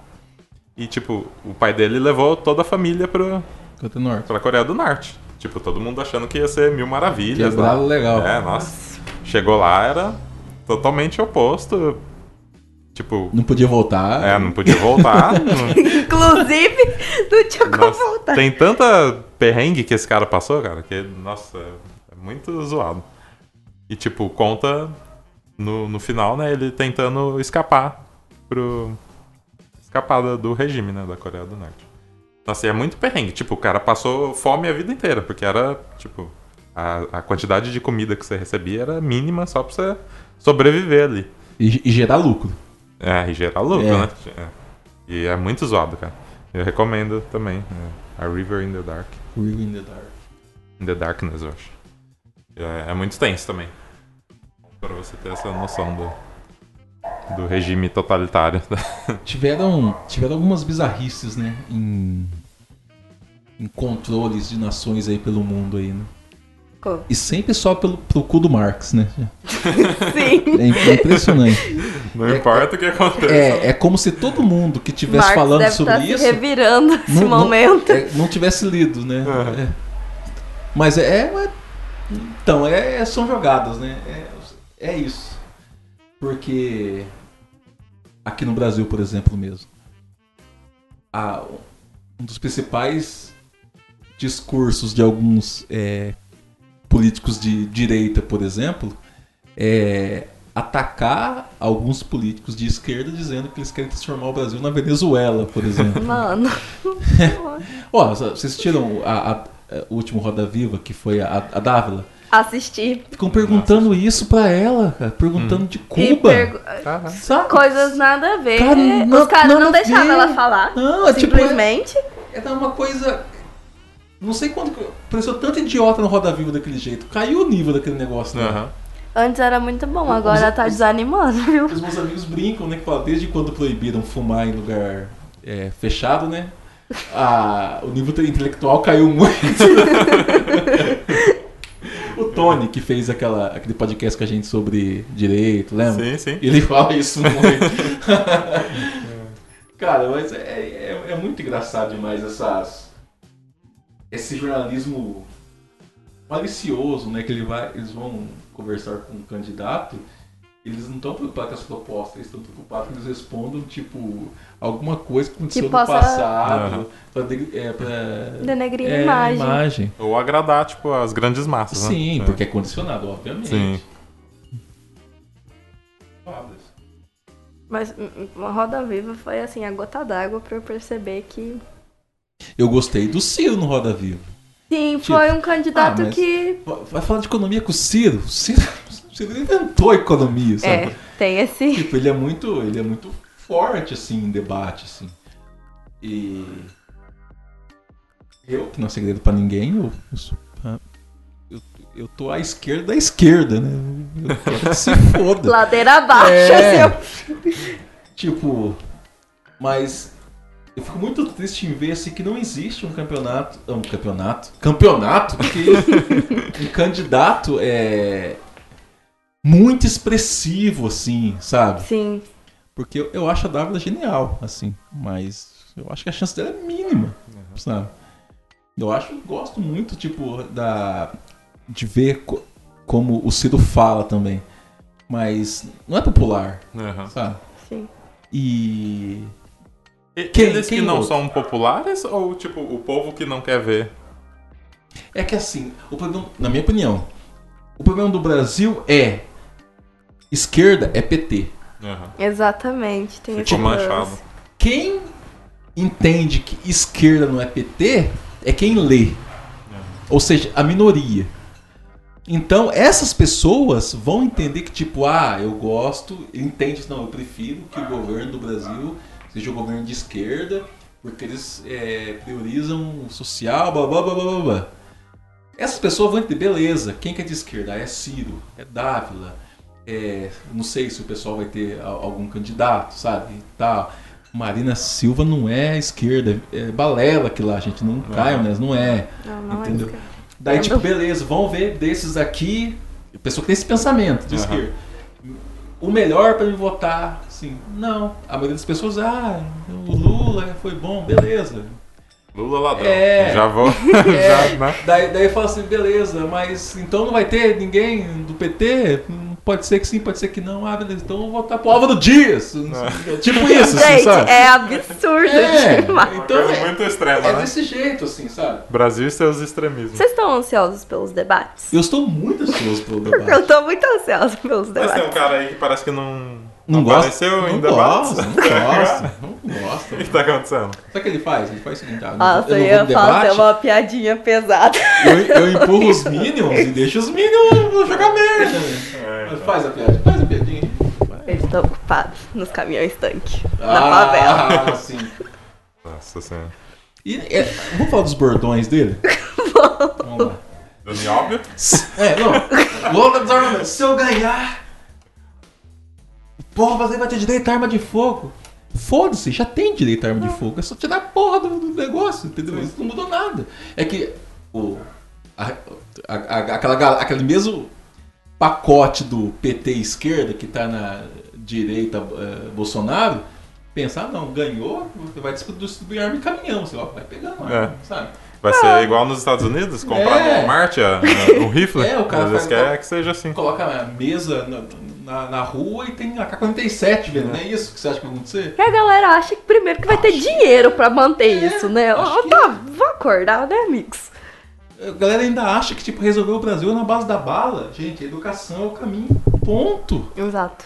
S2: E tipo, o pai dele levou toda a família pro,
S1: Coreia do Norte.
S2: pra Coreia do Norte. Tipo, todo mundo achando que ia ser mil maravilhas. lá.
S1: Quebrado legal.
S2: É, nossa. Chegou lá, era totalmente oposto. Tipo,
S1: Não podia voltar.
S2: é, não podia voltar. não-
S3: Inclusive, não tinha como
S2: Nossa,
S3: voltar.
S2: tem tanta perrengue que esse cara passou, cara, que, nossa, é muito zoado. E, tipo, conta no, no final, né, ele tentando escapar pro... Escapar da- do regime, né, da Coreia do Norte. Nossa, e é muito perrengue. Tipo, o cara passou fome a vida inteira, porque era, tipo, a, a quantidade de comida que você recebia era mínima só pra você sobreviver ali.
S1: E, e gerar lucro.
S2: É, e gerar lucro,
S1: É.
S2: né? É. E é muito zoado, cara. Eu recomendo também. é, A River in the Dark.
S1: Real in the dark.
S2: In the Darkness, eu acho. É, é muito tenso também. Pra você ter essa noção do, do regime totalitário.
S1: Tiveram, tiveram algumas bizarrices, né? Em, em controles de nações aí pelo mundo aí, né?
S3: Co-
S1: E sempre só pelo, pro cu do Marx, né?
S3: Sim.
S1: É imp- impressionante.
S2: Não importa o que acontece.
S1: É, é como se todo mundo que estivesse
S3: Marx
S1: falando
S3: deve
S1: sobre
S3: tá
S1: isso
S3: se revirando nesse
S1: não- não-
S3: momento.
S1: é, não tivesse lido, né?
S2: Uhum.
S1: É. Mas é, é uma- Então, é, é- são jogadas, né? É, é isso. Porque aqui no Brasil, por exemplo, mesmo, a- um dos principais discursos de alguns é, políticos de direita, por exemplo, é atacar alguns políticos de esquerda dizendo que eles querem transformar o Brasil na Venezuela, por exemplo.
S3: Mano.
S1: Ó, vocês assistiram a, a- a- o último Roda Viva, que foi a, a Dávila?
S3: Assistir.
S1: Ficam perguntando isso pra ela, cara. Perguntando de
S3: E
S1: Cuba.
S3: pergu-
S2: Caraca.
S1: Sabe?
S3: Coisas nada a ver.
S1: Cara, na-
S3: Os caras
S1: nada a
S3: não deixavam
S1: ver.
S3: ela falar.
S1: Não, é tipo-
S3: simplesmente.
S1: É uma coisa. Não sei quando. que- Pareceu tanto idiota no Roda Viva daquele jeito. Caiu o nível daquele negócio, né?
S2: Aham.
S3: Antes era muito bom, agora tá desanimando, viu?
S1: Os meus amigos brincam, né? Que falam, desde quando proibiram fumar em lugar é, fechado, né? a- o nível intelectual caiu muito. o Tony, que fez aquela, aquele podcast com a gente sobre direito, lembra?
S2: Sim, sim.
S1: Ele fala isso muito. Cara, mas é, é- é muito engraçado demais essas. Esse jornalismo malicioso, né? Que ele vai, eles vão conversar com um candidato, eles não estão preocupados com as propostas, eles estão preocupados que eles respondam, tipo, alguma coisa que aconteceu no
S3: possa-
S1: passado, pra, de- é, pra-
S3: Denegrir
S1: é,
S3: a imagem.
S2: Ou agradar, tipo, as grandes massas, né?
S1: Sim,
S2: É.
S1: porque é condicionado, obviamente.
S2: Sim.
S3: Mas hum, hum, a Roda Viva foi assim, a gota d'água pra eu perceber que.
S1: Eu gostei do Ciro no Roda Viva.
S3: Sim,
S1: Tipo,
S3: foi um candidato
S1: ah, mas-
S3: que.
S1: Vai falar de economia com o Ciro? O Ciro, o Ciro inventou a economia,
S3: É,
S1: sabe?
S3: tem esse.
S1: Tipo, ele é muito, ele é muito forte assim em debate assim. E eu, que não é segredo pra ninguém, eu eu, sou- ah, eu, eu tô à esquerda da esquerda, né? Eu quero que se foda.
S3: Ladeira abaixo,
S1: É.
S3: assim, eu-
S1: Tipo, mas eu fico muito triste em ver assim que não existe um campeonato, ah, um campeonato, campeonato que um candidato é muito expressivo assim, sabe?
S3: Sim.
S1: Porque eu, eu acho a Dávila genial, assim, mas eu acho que a chance dela é mínima, sabe? Eu acho, gosto muito, tipo, da de ver co- como o Ciro fala também, mas não é popular,
S2: Aham.
S1: sabe?
S3: Sim.
S1: E
S2: E-
S1: Quem-
S2: eles
S1: quem
S2: que não
S1: outro?
S2: são populares ou, tipo, o povo que não quer ver?
S1: É que assim, o problema, na minha opinião, o problema do Brasil é esquerda é PT.
S2: Aham.
S3: Exatamente. Tem
S2: Ficou
S1: Tipo,
S3: esse
S2: manchado.
S1: é.
S3: lance.
S1: Quem entende que esquerda não é PT é quem lê. Ou seja, a minoria. Então, essas pessoas vão entender que, tipo, ah, eu gosto, entende, não, eu prefiro que o governo do Brasil seja o governo de esquerda, porque eles é, priorizam o social, blá blá blá blá blá, blá. Essas pessoas vão entender, beleza, quem que é de esquerda? Ah, É Ciro, é Dávila, é, não sei se o pessoal vai ter a- algum candidato, sabe? e Tal. Marina Silva não é esquerda, é balela que lá, gente, não caiam, né? Não é.
S3: Não, não
S1: Entendeu?
S3: é isso.
S1: Daí,
S3: Entendo.
S1: tipo, beleza, vamos ver desses aqui. Pessoa que tem esse pensamento de
S2: Aham.
S1: esquerda. O melhor pra me votar, assim, não. A maioria das pessoas, ah, o Lula foi bom, beleza.
S2: Lula ladrão.
S1: É.
S2: Já vou. Já, né?
S1: Daí, daí fala assim, beleza, mas então não vai ter ninguém do PT? Hum, Pode ser que sim, pode ser que não. Ah, beleza, então eu vou votar pro Álvaro
S2: Ah.
S1: Dias. Tipo isso, assim,
S3: Gente,
S1: sabe?
S3: é absurdo
S1: É,
S3: demais.
S2: Uma
S1: Então
S2: coisa
S1: é-
S2: muito extrema,
S1: É
S2: né?
S1: desse jeito, assim, sabe?
S2: Brasil e seus extremismos.
S3: Vocês estão ansiosos pelos debates?
S1: Eu estou muito ansioso pelo debate.
S3: Eu tô muito ansiosa pelos
S2: Mas tem um
S3: debates.
S2: cara aí que parece que não.
S1: Não gosta?
S2: Apareceu
S1: Não
S2: ainda
S1: gosta,
S2: mais?
S1: não gosta, não gosta.
S2: O que tá acontecendo?
S1: Sabe o que ele faz? Ele faz o seguinte, ah, não vou-
S3: Nossa,
S1: eu
S3: eu,
S1: não
S3: ia
S1: vou no
S3: falar
S1: debate,
S3: assim, uma piadinha pesada.
S1: eu, eu empurro os Minions e deixo os Minions jogar merda. Mas faz a piada, faz a piadinha.
S3: Eles estão ocupados nos caminhões tanque, na favela.
S1: Ah, sim.
S2: Nossa senhora.
S1: E, é, vamos falar dos bordões dele? vamos lá.
S2: Do Nióbio?
S1: É, não. Lola dos armamentos. Se eu ganhar, o povo brasileiro vai ter direito à arma de fogo. Foda-se, já tem direito à arma de fogo. É só tirar a porra do, do negócio, entendeu? Isso não mudou nada. É que o, a- a- a- aquela, gal- aquele mesmo pacote do PT esquerda que tá na direita eh, Bolsonaro, pensar, não, ganhou, você vai distribuir arma em caminhão, sei lá, vai pegar uma arma, sabe?
S2: Vai
S3: Ah.
S2: ser igual nos Estados Unidos? Comprar
S1: É.
S2: no Walmart é, é, um rifle?
S1: É, o cara
S2: Às vezes
S1: faz-
S2: quer que seja assim.
S1: coloca a mesa na, na, na rua e tem AK-47, velho. Não é isso que você acha que vai acontecer?
S3: E a galera acha que primeiro que vai ter dinheiro pra manter isso, né?
S1: acho
S3: Ó,
S1: que- é.
S3: tá, vou acordar, né, amigos?
S1: A galera ainda acha que, tipo, resolveu o Brasil na base da bala. Gente, a educação é o caminho. Ponto.
S3: Exato.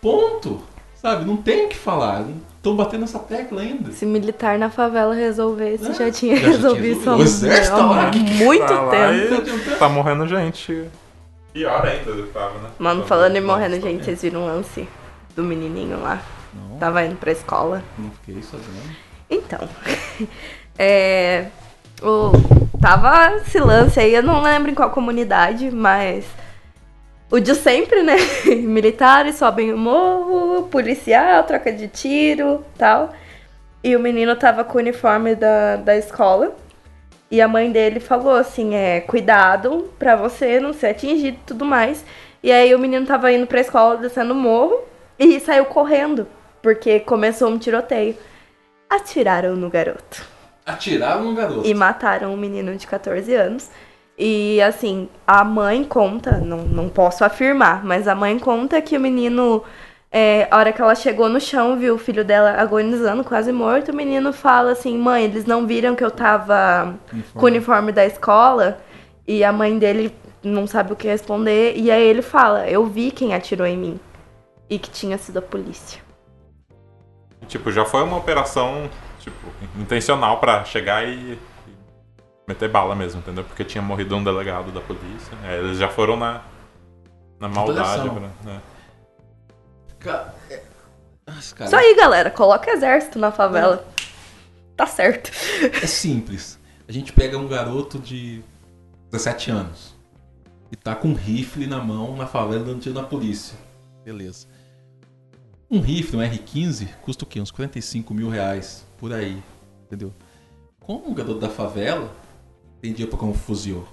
S1: Ponto. Sabe? Não tem o que falar. Estão batendo essa tecla ainda.
S3: Se militar na favela resolvesse,
S1: É,
S3: já tinha
S1: já tinha
S3: resolvido isso há
S1: resolvido. O exército tá lá, que
S3: muito
S2: tá lá
S3: tempo.
S2: e tá morrendo gente. Pior ainda do que tava, né?
S3: Mano, falando em morrendo, gente, vocês viram o lance do menininho lá?
S1: Não.
S3: Tava indo pra escola.
S1: Não fiquei sabendo.
S3: Então, é, o, tava esse lance aí, eu não lembro em qual comunidade, mas o de sempre, né? Militares sobem o morro, policial, troca de tiro tal. E o menino tava com o uniforme da, da escola. E a mãe dele falou assim: é, cuidado pra você não ser atingido e tudo mais. E aí o menino tava indo pra escola, descendo o morro, e saiu correndo, porque começou um tiroteio. Atiraram no garoto
S1: Atiraram no garoto.
S3: e mataram um menino de 14 anos. E assim, a mãe conta, não, não posso afirmar, mas a mãe conta que o menino, é, a hora que ela chegou no chão, viu o filho dela agonizando, quase morto, o menino fala assim: mãe, eles não viram que eu tava com
S1: Uhum.
S3: o uniforme da escola? E a mãe dele não sabe o que responder, e aí ele fala: eu vi quem atirou em mim. E que tinha sido a polícia.
S2: Tipo, já foi uma operação, tipo, intencional pra chegar e e meter bala mesmo, entendeu? Porque tinha morrido um delegado da polícia. É, eles já foram na, na maldade.
S1: Retaliação.
S2: pra- né?
S1: Ca- é. né? Nossa, cara,
S3: Isso aí, galera, coloca exército na favela. Tá certo.
S1: É simples. A gente pega um garoto de 17 anos e tá com um rifle na mão na favela dando tiro na polícia. Beleza. Um rifle, um R15, custa o quê? Uns 45 mil reais por aí. Entendeu? Como um garoto da favela tem dinheiro pra comprar um fuzil?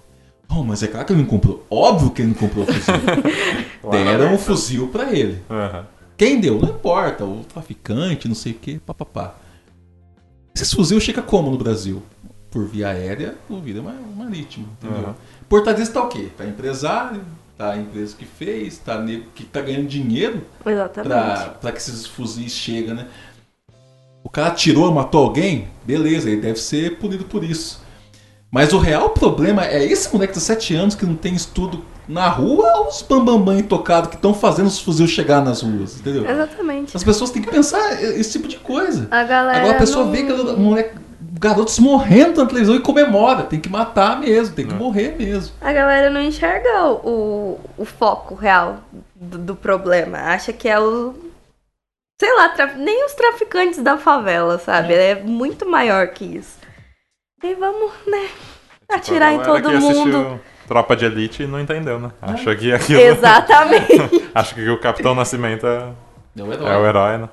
S1: Oh, mas é claro que ele não comprou. Óbvio que ele não comprou o fuzil. Deram um fuzil pra ele.
S2: Aham.
S1: Quem deu? Não importa. O traficante, não sei o que, papapá. Esses fuzil chega como no Brasil? Por via aérea ou via ma- marítima, entendeu?
S2: Aham.
S1: Portadista tá o quê? Tá empresário, tá a empresa que fez, tá nego que tá ganhando dinheiro pra,
S3: Exatamente.
S1: pra que esses fuzis cheguem, né? O cara atirou, matou alguém, beleza, ele deve ser punido por isso. Mas o real problema é esse moleque de 7 anos que não tem estudo na rua ou os bambambam intocados que estão fazendo os fuzil chegar nas ruas, entendeu?
S3: É Exatamente.
S1: As pessoas têm que pensar esse tipo de coisa.
S3: A galera.
S1: Agora a pessoa
S3: não-
S1: vê que o moleque, garotos morrendo na televisão e comemora. Tem que matar mesmo,
S2: É.
S1: tem que morrer mesmo.
S3: A galera não enxerga o, o foco real do, do problema. Acha que é o. Sei lá, traf- nem os traficantes da favela, sabe? É, muito maior que isso. E vamos, né? Atirar em
S2: A galera
S3: todo
S2: que Então, assistiu
S3: mundo. Ah.
S2: Tropa de Elite e não entendeu, né? Acha que aquilo.
S3: Exatamente.
S2: Acho que o Capitão Nascimento é,
S1: Não
S2: é o herói, né?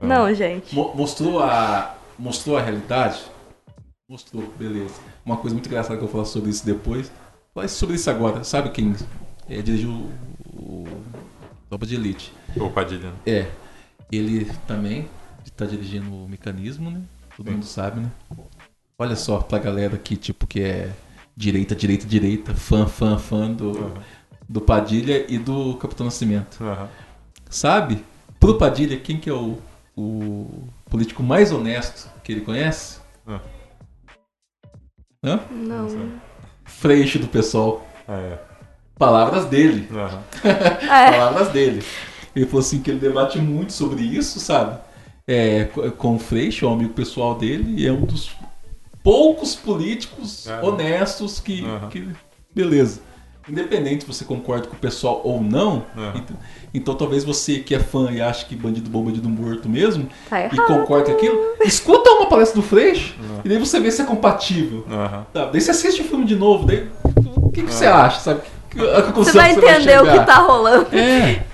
S3: não, gente.
S1: Mo- mostrou a mostrou a realidade mostrou beleza uma coisa muito engraçada que eu vou falar sobre isso depois fala sobre isso agora sabe quem é, dirigiu o, o Tropa de Elite
S2: O Padilha. né?
S1: é ele também está dirigindo o mecanismo né todo mundo sabe né olha só pra galera que tipo que é direita direita direita fã fã fã do do Padilha e do Capitão Nascimento
S2: Aham.
S1: sabe? Pro Padilha, quem que é o, o político mais honesto que ele conhece?
S2: Ah.
S1: Hã?
S3: Não.
S1: Freixo do pessoal.
S2: É.
S1: Palavras dele.
S2: Aham.
S3: É,
S1: Palavras dele. Ele falou assim que ele debate muito sobre isso, sabe? É, co- com o Freixo, é um amigo pessoal dele, e é um dos poucos políticos
S2: É.
S1: honestos que,
S2: Aham.
S1: que- Beleza. Independente se você concorda com o pessoal ou não,
S2: Aham.
S1: ent- então talvez você que é fã e acha que bandido bom, bandido morto mesmo,
S3: Tá
S1: e
S3: errado.
S1: concorda com aquilo, escuta uma palestra do Freixo e daí você vê se é compatível.
S2: Aham.
S1: Tá, daí você assiste o filme de novo, daí o
S2: É.
S1: que, que você acha, sabe? Que- a conclusão
S3: Você vai
S1: que
S3: entender o que
S1: chegar.
S3: tá rolando.
S1: É,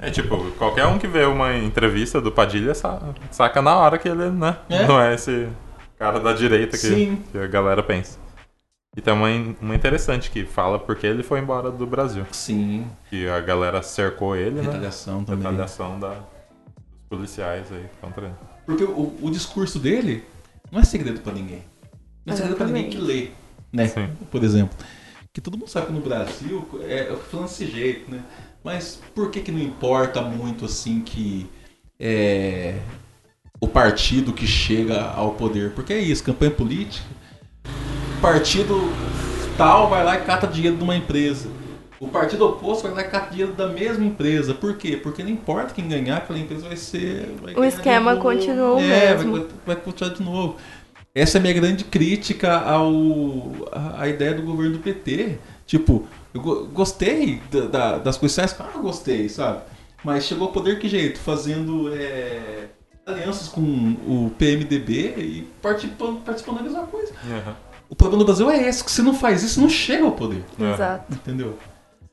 S2: É tipo, qualquer um que vê uma entrevista do Padilha sa- saca na hora que ele, né?
S1: É.
S2: Não é esse cara da direita que,
S1: Sim.
S2: que a galera pensa. E tem uma, in- uma interessante que fala porque ele foi embora do Brasil.
S1: sim, Uhum.
S2: Que a galera cercou ele, né?
S1: retaliação também.
S2: Retaliação da, dos policiais aí contra ele.
S1: Porque o, o discurso dele não é segredo pra ninguém. Não é segredo pra ninguém que lê, né?
S2: Sim.
S1: Por exemplo. Que todo mundo sabe que no Brasil é eu tô falando desse jeito, né? Mas por que que não importa muito assim que é, o partido que chega ao poder? Porque é isso, campanha política. O partido tal vai lá e cata dinheiro de uma empresa. O partido oposto vai lá e cata dinheiro da mesma empresa. Por quê? Porque não importa quem ganhar, aquela empresa vai ser. vai
S3: O
S1: ganhar de
S3: esquema
S1: novo.
S3: continua o
S1: é,
S3: mesmo.
S1: Vai, vai continuar de novo. Essa é a minha grande crítica ao a, a ideia do governo do PT. Tipo, eu go- gostei da- da- das questões, claro que eu gostei, sabe? Mas chegou ao poder que jeito? Fazendo é, alianças com o PMDB e participando, participando da mesma coisa.
S2: Aham.
S1: O problema do Brasil é esse, que se não faz isso, não chega ao poder,
S2: É.
S3: Exato.
S1: entendeu?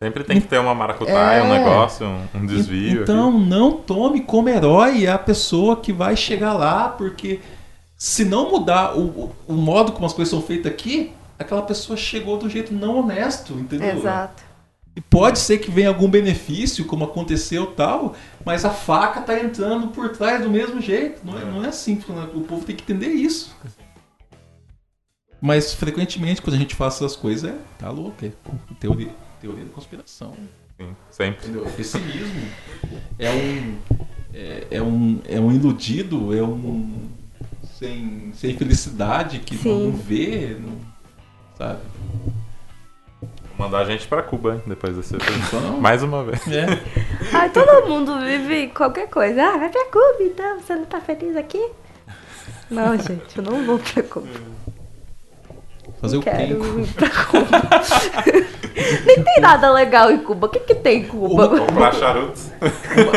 S2: Sempre tem que ter uma maracutaia, um
S1: É.
S2: negócio, um, um desvio.
S1: Então não tome como herói a pessoa que vai chegar lá, porque se não mudar o, o modo como as coisas são feitas aqui, aquela pessoa chegou do jeito não honesto, entendeu?
S3: Exato.
S1: E pode ser que venha algum benefício, como aconteceu tal, mas a faca tá entrando por trás do mesmo jeito. Não é, não é assim, que funciona. o povo tem que entender isso. Mas frequentemente quando a gente faz essas coisas, é, tá louco, é teoria, teoria da conspiração.
S2: aqui. Sim, sempre.
S1: Entendeu? É pessimismo. É um. É, é um, é um iludido, é um. Sem, sem felicidade, que não
S3: Sim.
S1: vê, não- sabe?
S2: Vou mandar a gente pra Cuba, hein, depois desse episódio.
S1: Então,
S2: Mais uma vez.
S1: é.
S3: Ai, todo mundo vive qualquer coisa. Ah, vai pra Cuba então, você não tá feliz aqui? Não, gente, eu não vou pra Cuba.
S1: Fazer o
S3: Quero
S1: quê?
S3: ir pra Cuba. Nem tem nada legal em Cuba. O que, que tem em Cuba?
S1: Uma-
S2: Comprar charutos.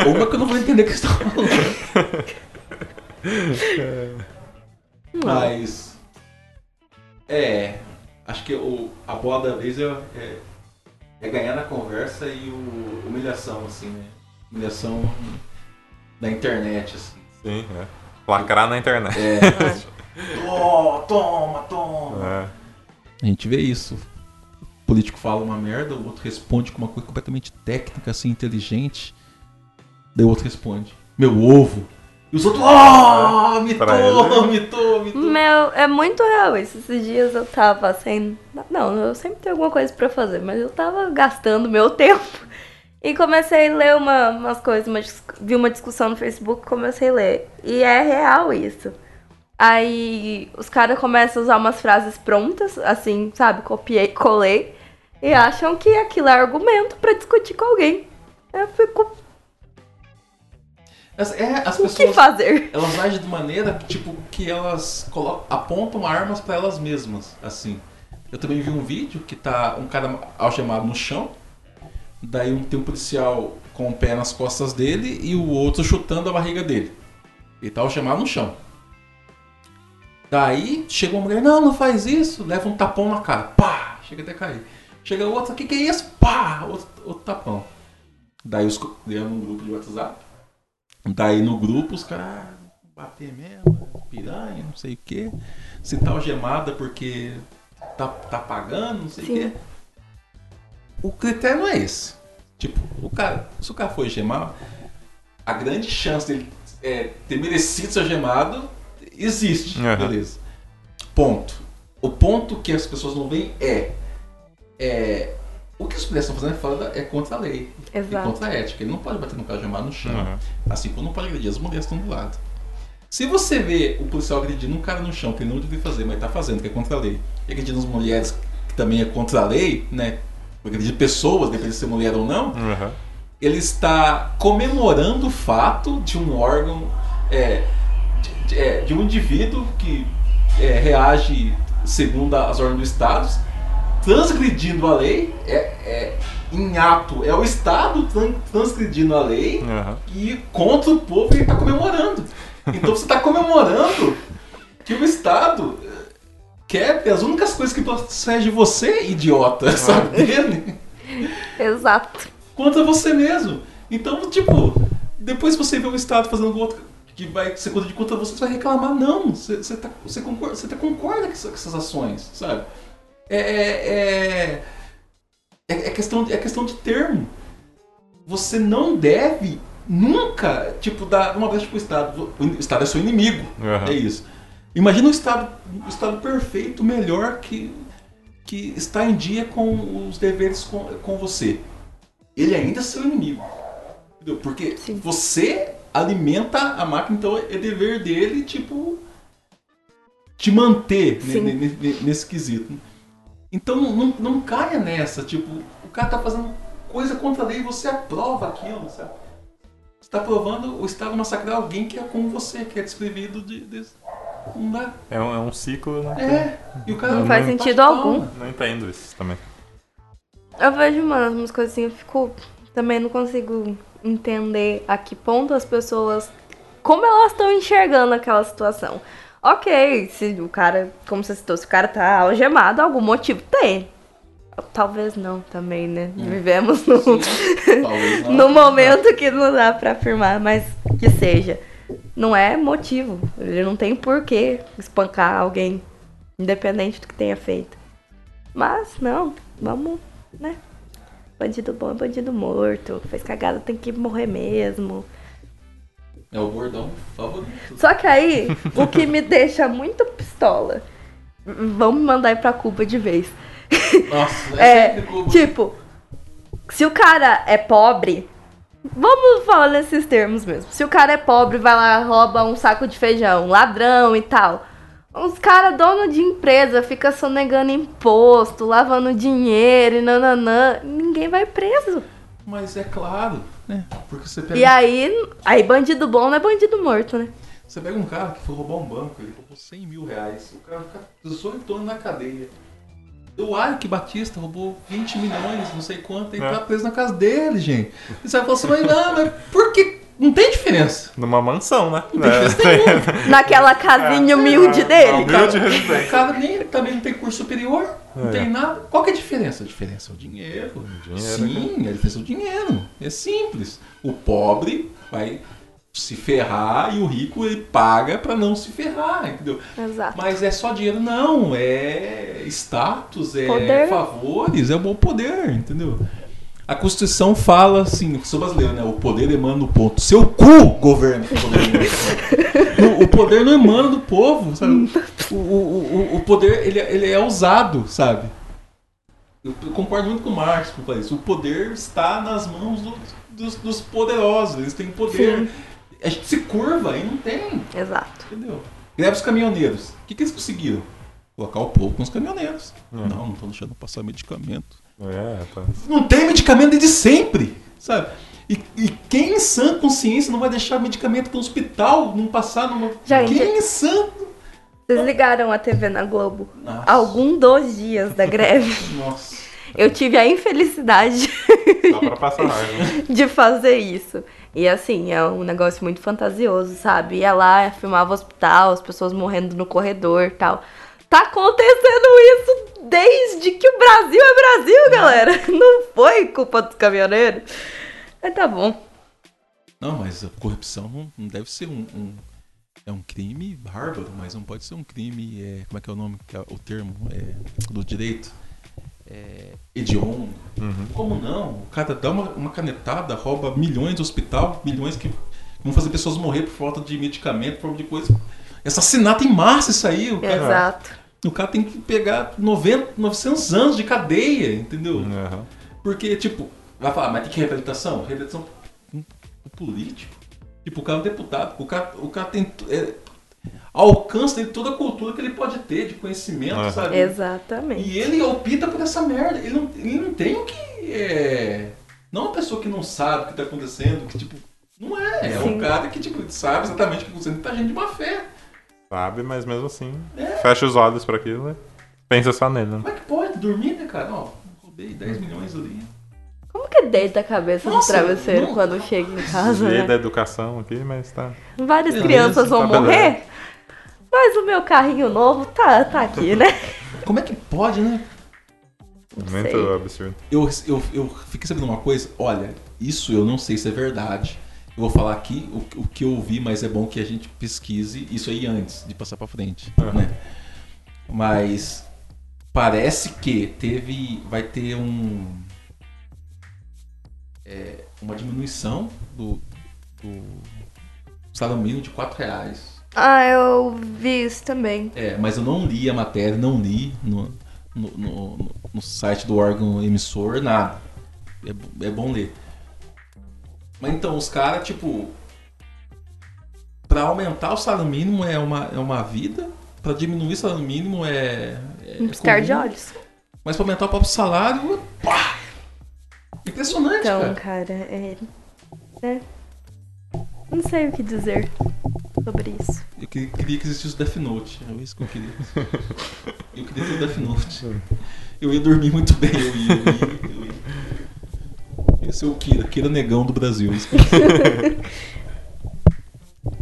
S1: Uma, uma que eu não vou entender o que você tá falando. Mas. É. Acho que o, a bola da vez é, é, é ganhar na conversa e o, humilhação, assim, né? Humilhação na internet, assim. É.
S2: Sim, é. Lacrar na internet.
S1: Toma, toma, toma.
S2: É.
S1: A gente vê isso. O político fala uma merda, o outro responde com uma coisa completamente técnica, assim, inteligente. Daí o outro responde: Meu ovo. E os outros: Ah, me
S2: Pra
S1: toma,
S2: ele.
S1: me toma, me toma.
S3: Meu, é muito real isso. Esses dias eu tava sem. Não, eu sempre tenho alguma coisa pra fazer, mas eu tava gastando meu tempo. E comecei a ler uma, umas coisas, uma dis- vi uma discussão no Facebook, comecei a ler. E é real isso. Aí os caras começam a usar umas frases prontas, assim, sabe? Copiei, colei. E acham que aquilo é argumento pra discutir com alguém. Eu fico,
S1: As, é, as
S3: o que
S1: pessoas
S3: fazer?
S1: elas agem de maneira que, tipo, que elas colo- apontam armas pra elas mesmas, assim. Eu também vi um vídeo que tá um cara algemado no chão, daí um, tem um policial com o pé nas costas dele e o outro chutando a barriga dele. Ele tá algemado no chão. Daí chega uma mulher, não, não faz isso, leva um tapão na cara, pá, chega até cair. Chega outro, o que, que é isso? Pá, outro, outro tapão. Daí os co- deu um grupo de WhatsApp. Daí no grupo os caras "Ah, bater mesmo, piranha, não sei o que. Se tá algemada porque tá, tá pagando, não sei o
S3: Sim.
S1: quê. O critério não é esse. Tipo, o cara, se o cara for gemar, a grande chance dele é, ter merecido ser gemado existe.
S2: Aham.
S1: Beleza. Ponto. O ponto que as pessoas não veem é. é o que os policiais estão fazendo é fora da- é contra a lei e
S3: Exato.
S1: contra a ética. Ele não pode bater no cara gemado no chão.
S2: Uhum.
S1: Assim como não pode agredir as mulheres que estão do lado. Se você vê o policial agredindo um cara no chão, que ele não devia fazer, mas tá fazendo, que é contra a lei, e agredindo as mulheres, que também é contra a lei, né? Agredir pessoas, depende de ser mulher ou não,
S2: Uhum.
S1: ele está comemorando o fato de um órgão, é, de, de- é, de um indivíduo que é, reage segundo as ordens do Estado, transgredindo a lei, é, é, em ato, é o Estado tran- transgredindo a lei
S2: Aham.
S1: e contra o povo ele está comemorando. Então você está comemorando que o Estado é, quer é as únicas coisas que protege você, idiota, sabe dele?
S3: Exato.
S1: contra você mesmo. Então, tipo, depois que você vê o Estado fazendo gol que vai ser contra de contra você, você vai reclamar. Não, você, você, tá, você, concorda, você tá- concorda com essa- com essas ações, sabe? É, é, é, é- é questão, é questão de termo. Você não deve nunca, tipo, dar uma brecha pro Estado. O Estado é seu inimigo.
S2: Aham.
S1: É isso. Imagina o estado, o estado perfeito, melhor que, que está em dia com os deveres com, com você. Ele ainda é seu inimigo. Entendeu? Porque
S3: Sim.
S1: você alimenta a máquina, então é dever dele, tipo, te manter ne-
S3: Sim.
S1: ne- ne- nesse quesito. Então não, não, não caia nessa, tipo, o cara tá fazendo coisa contra a lei e você aprova aquilo, sabe? Você tá provando o Estado massacrar alguém que é como você, que é descrevido de. de... Não dá.
S2: É um, é um ciclo, né?
S1: É. E o cara
S2: Não faz
S1: bate
S3: sentido
S1: palma.
S3: algum.
S2: Não entendo isso também.
S3: Eu vejo, mano, umas coisas assim, eu fico. Também não consigo entender a que ponto as pessoas. Como elas estão enxergando aquela situação. Ok, se o cara. Como você citou, se o cara tá algemado, algum motivo tem. Talvez não também, né? Vivemos num,
S1: Talvez não.
S3: num momento que não dá pra afirmar, mas que seja. Não é motivo. Ele não tem porquê espancar alguém, independente do que tenha feito. Mas, não, vamos, né? Bandido bom é bandido morto. Fez cagada, tem que morrer mesmo.
S1: É o bordão favorito.
S3: Só que aí, o que me deixa muito pistola. Vamos mandar ir pra Cuba de vez.
S1: Nossa,
S3: É,
S1: sempre Cuba.
S3: tipo, se o cara é pobre, vamos falar nesses termos mesmo. Se o cara é pobre, vai lá, rouba um saco de feijão, ladrão e tal. Os caras, dono de empresa, fica sonegando imposto, lavando dinheiro e nananã. Ninguém vai preso.
S1: Mas é claro, né? Porque você pega,
S3: E aí, aí bandido bom não é bandido morto, né?
S1: você pega um cara que foi roubar um banco, ele roubou 100 mil reais. O cara fica 18 anos na cadeia. O Alec Batista roubou 20 milhões, não sei quanto, e
S2: É.
S1: tá preso na casa dele, gente. E você vai falar assim, mas, não, mas por que? Não tem diferença.
S2: Numa mansão, né?
S1: Não tem diferença nenhuma.
S3: Naquela casinha humilde
S2: É,
S3: dele.
S2: humilde
S1: O
S2: residência.
S1: cara nem, também não tem curso superior, não
S2: É.
S1: tem nada. Qual que é a diferença? A diferença é o dinheiro.
S2: Dinheiro,
S1: Sim, a diferença é o dinheiro. É simples. O pobre vai se ferrar e o rico ele paga pra não se ferrar, entendeu?
S3: Exato.
S1: Mas é só dinheiro, não. É status, é
S3: Poder.
S1: favores, é o bom poder, entendeu? A Constituição fala assim, eu sou brasileiro, né? O poder emana do ponto. Seu cu, governo! que o poder emana. o, o poder não emana do povo, sabe? O, o, o, o poder, ele, ele é usado, sabe? Eu concordo muito com o Marx com isso. O poder está nas mãos do- dos, dos poderosos, eles têm poder. A gente se curva e não tem.
S3: Exato.
S1: Entendeu? Greve dos caminhoneiros. O que, que eles conseguiram? Colocar o povo com os caminhoneiros. Não, não estão deixando passar medicamento.
S2: É, tá.
S1: Não tem medicamento desde sempre, sabe? E, e quem em sã consciência não vai deixar medicamento para um hospital não passar numa.
S3: Gente.
S1: Quem em sã.
S3: Vocês ligaram a TV na Globo
S1: Nossa.
S3: algum dos dias da greve?
S1: Nossa.
S3: Eu tive a infelicidade
S2: Dá pra passar raiva.
S3: de fazer isso. E assim, é um negócio muito fantasioso, sabe? Ia lá, filmava o hospital, as pessoas morrendo no corredor e tal. Tá acontecendo isso desde que o Brasil é Brasil, galera! Não foi culpa dos caminhoneiros. Mas tá bom.
S1: Não, mas a corrupção não, não deve ser um, um- É um crime bárbaro, mas não pode ser um crime. é, como é que é o nome? que é o termo é, do direito? É, hediondo. Como não? O cara dá uma, uma canetada, rouba milhões do hospital, milhões que vão fazer pessoas morrer por falta de medicamento, por falta de coisa. É Assassinato em massa isso aí.
S3: É.
S1: O cara,
S3: Exato.
S1: o cara tem que pegar 90, 900 anos de cadeia, entendeu?
S2: Aham.
S1: Porque, tipo, vai falar, mas tem que reabilitação? Reabilitação um- um político. Tipo, o cara é um deputado. O cara, o cara tem. t- É, alcance dele toda a cultura que ele pode ter de conhecimento,
S2: Aham.
S1: sabe?
S3: Exatamente.
S1: E ele opta por essa merda. Ele não, ele não tem o que. É, Não uma pessoa que não sabe o que tá acontecendo, que tipo. Não é, é um
S3: Sim.
S1: cara que tipo, sabe exatamente o que tá acontecendo, tá agindo de má fé.
S2: Sabe, mas mesmo assim,
S1: É.
S2: fecha os olhos pra aquilo e pensa só nele, né?
S1: Como é que pode dormir, né, cara? Ó, roubei 10 milhões ali.
S3: Como que deita a cabeça
S1: Nossa,
S3: do travesseiro
S1: não-
S3: quando chega em casa,
S2: Desviei da
S3: né?
S2: educação aqui, mas tá.
S3: Várias
S1: Beleza,
S3: crianças vão
S2: tá
S3: morrer, mas o meu carrinho novo tá, tá aqui, né?
S1: Como é que pode, né?
S2: Muito
S3: sei.
S2: absurdo.
S1: Eu, eu, eu fiquei sabendo uma coisa, olha, isso eu não sei se é verdade. Eu vou falar aqui o, o que eu vi, mas é bom que a gente pesquise isso aí antes de passar pra frente.
S2: Aham.
S1: né? Mas parece que teve. Vai ter um. é, uma diminuição do, do salário mínimo de 4 reais.
S3: Ah, eu vi isso também.
S1: É, mas eu não li a matéria, não li no, no, no- no- no site do órgão emissor, nada. É, bo- é bom ler. Mas então, os caras, tipo. Pra aumentar o salário mínimo é uma, é uma vida, pra diminuir o salário mínimo é. é
S3: Um piscar de
S1: comum,
S3: olhos.
S1: Mas pra aumentar o próprio salário, pá! Impressionante,
S3: Então,
S1: cara.
S3: cara, é. né? Não sei o que dizer sobre isso.
S1: Eu que- queria que existisse o Death Note, é isso que eu queria. Eu queria ter o Death Note. Eu ia dormir muito bem, eu ia, eu ia, eu ia. Ia ser o Kira, Kira Negão do Brasil. isso que-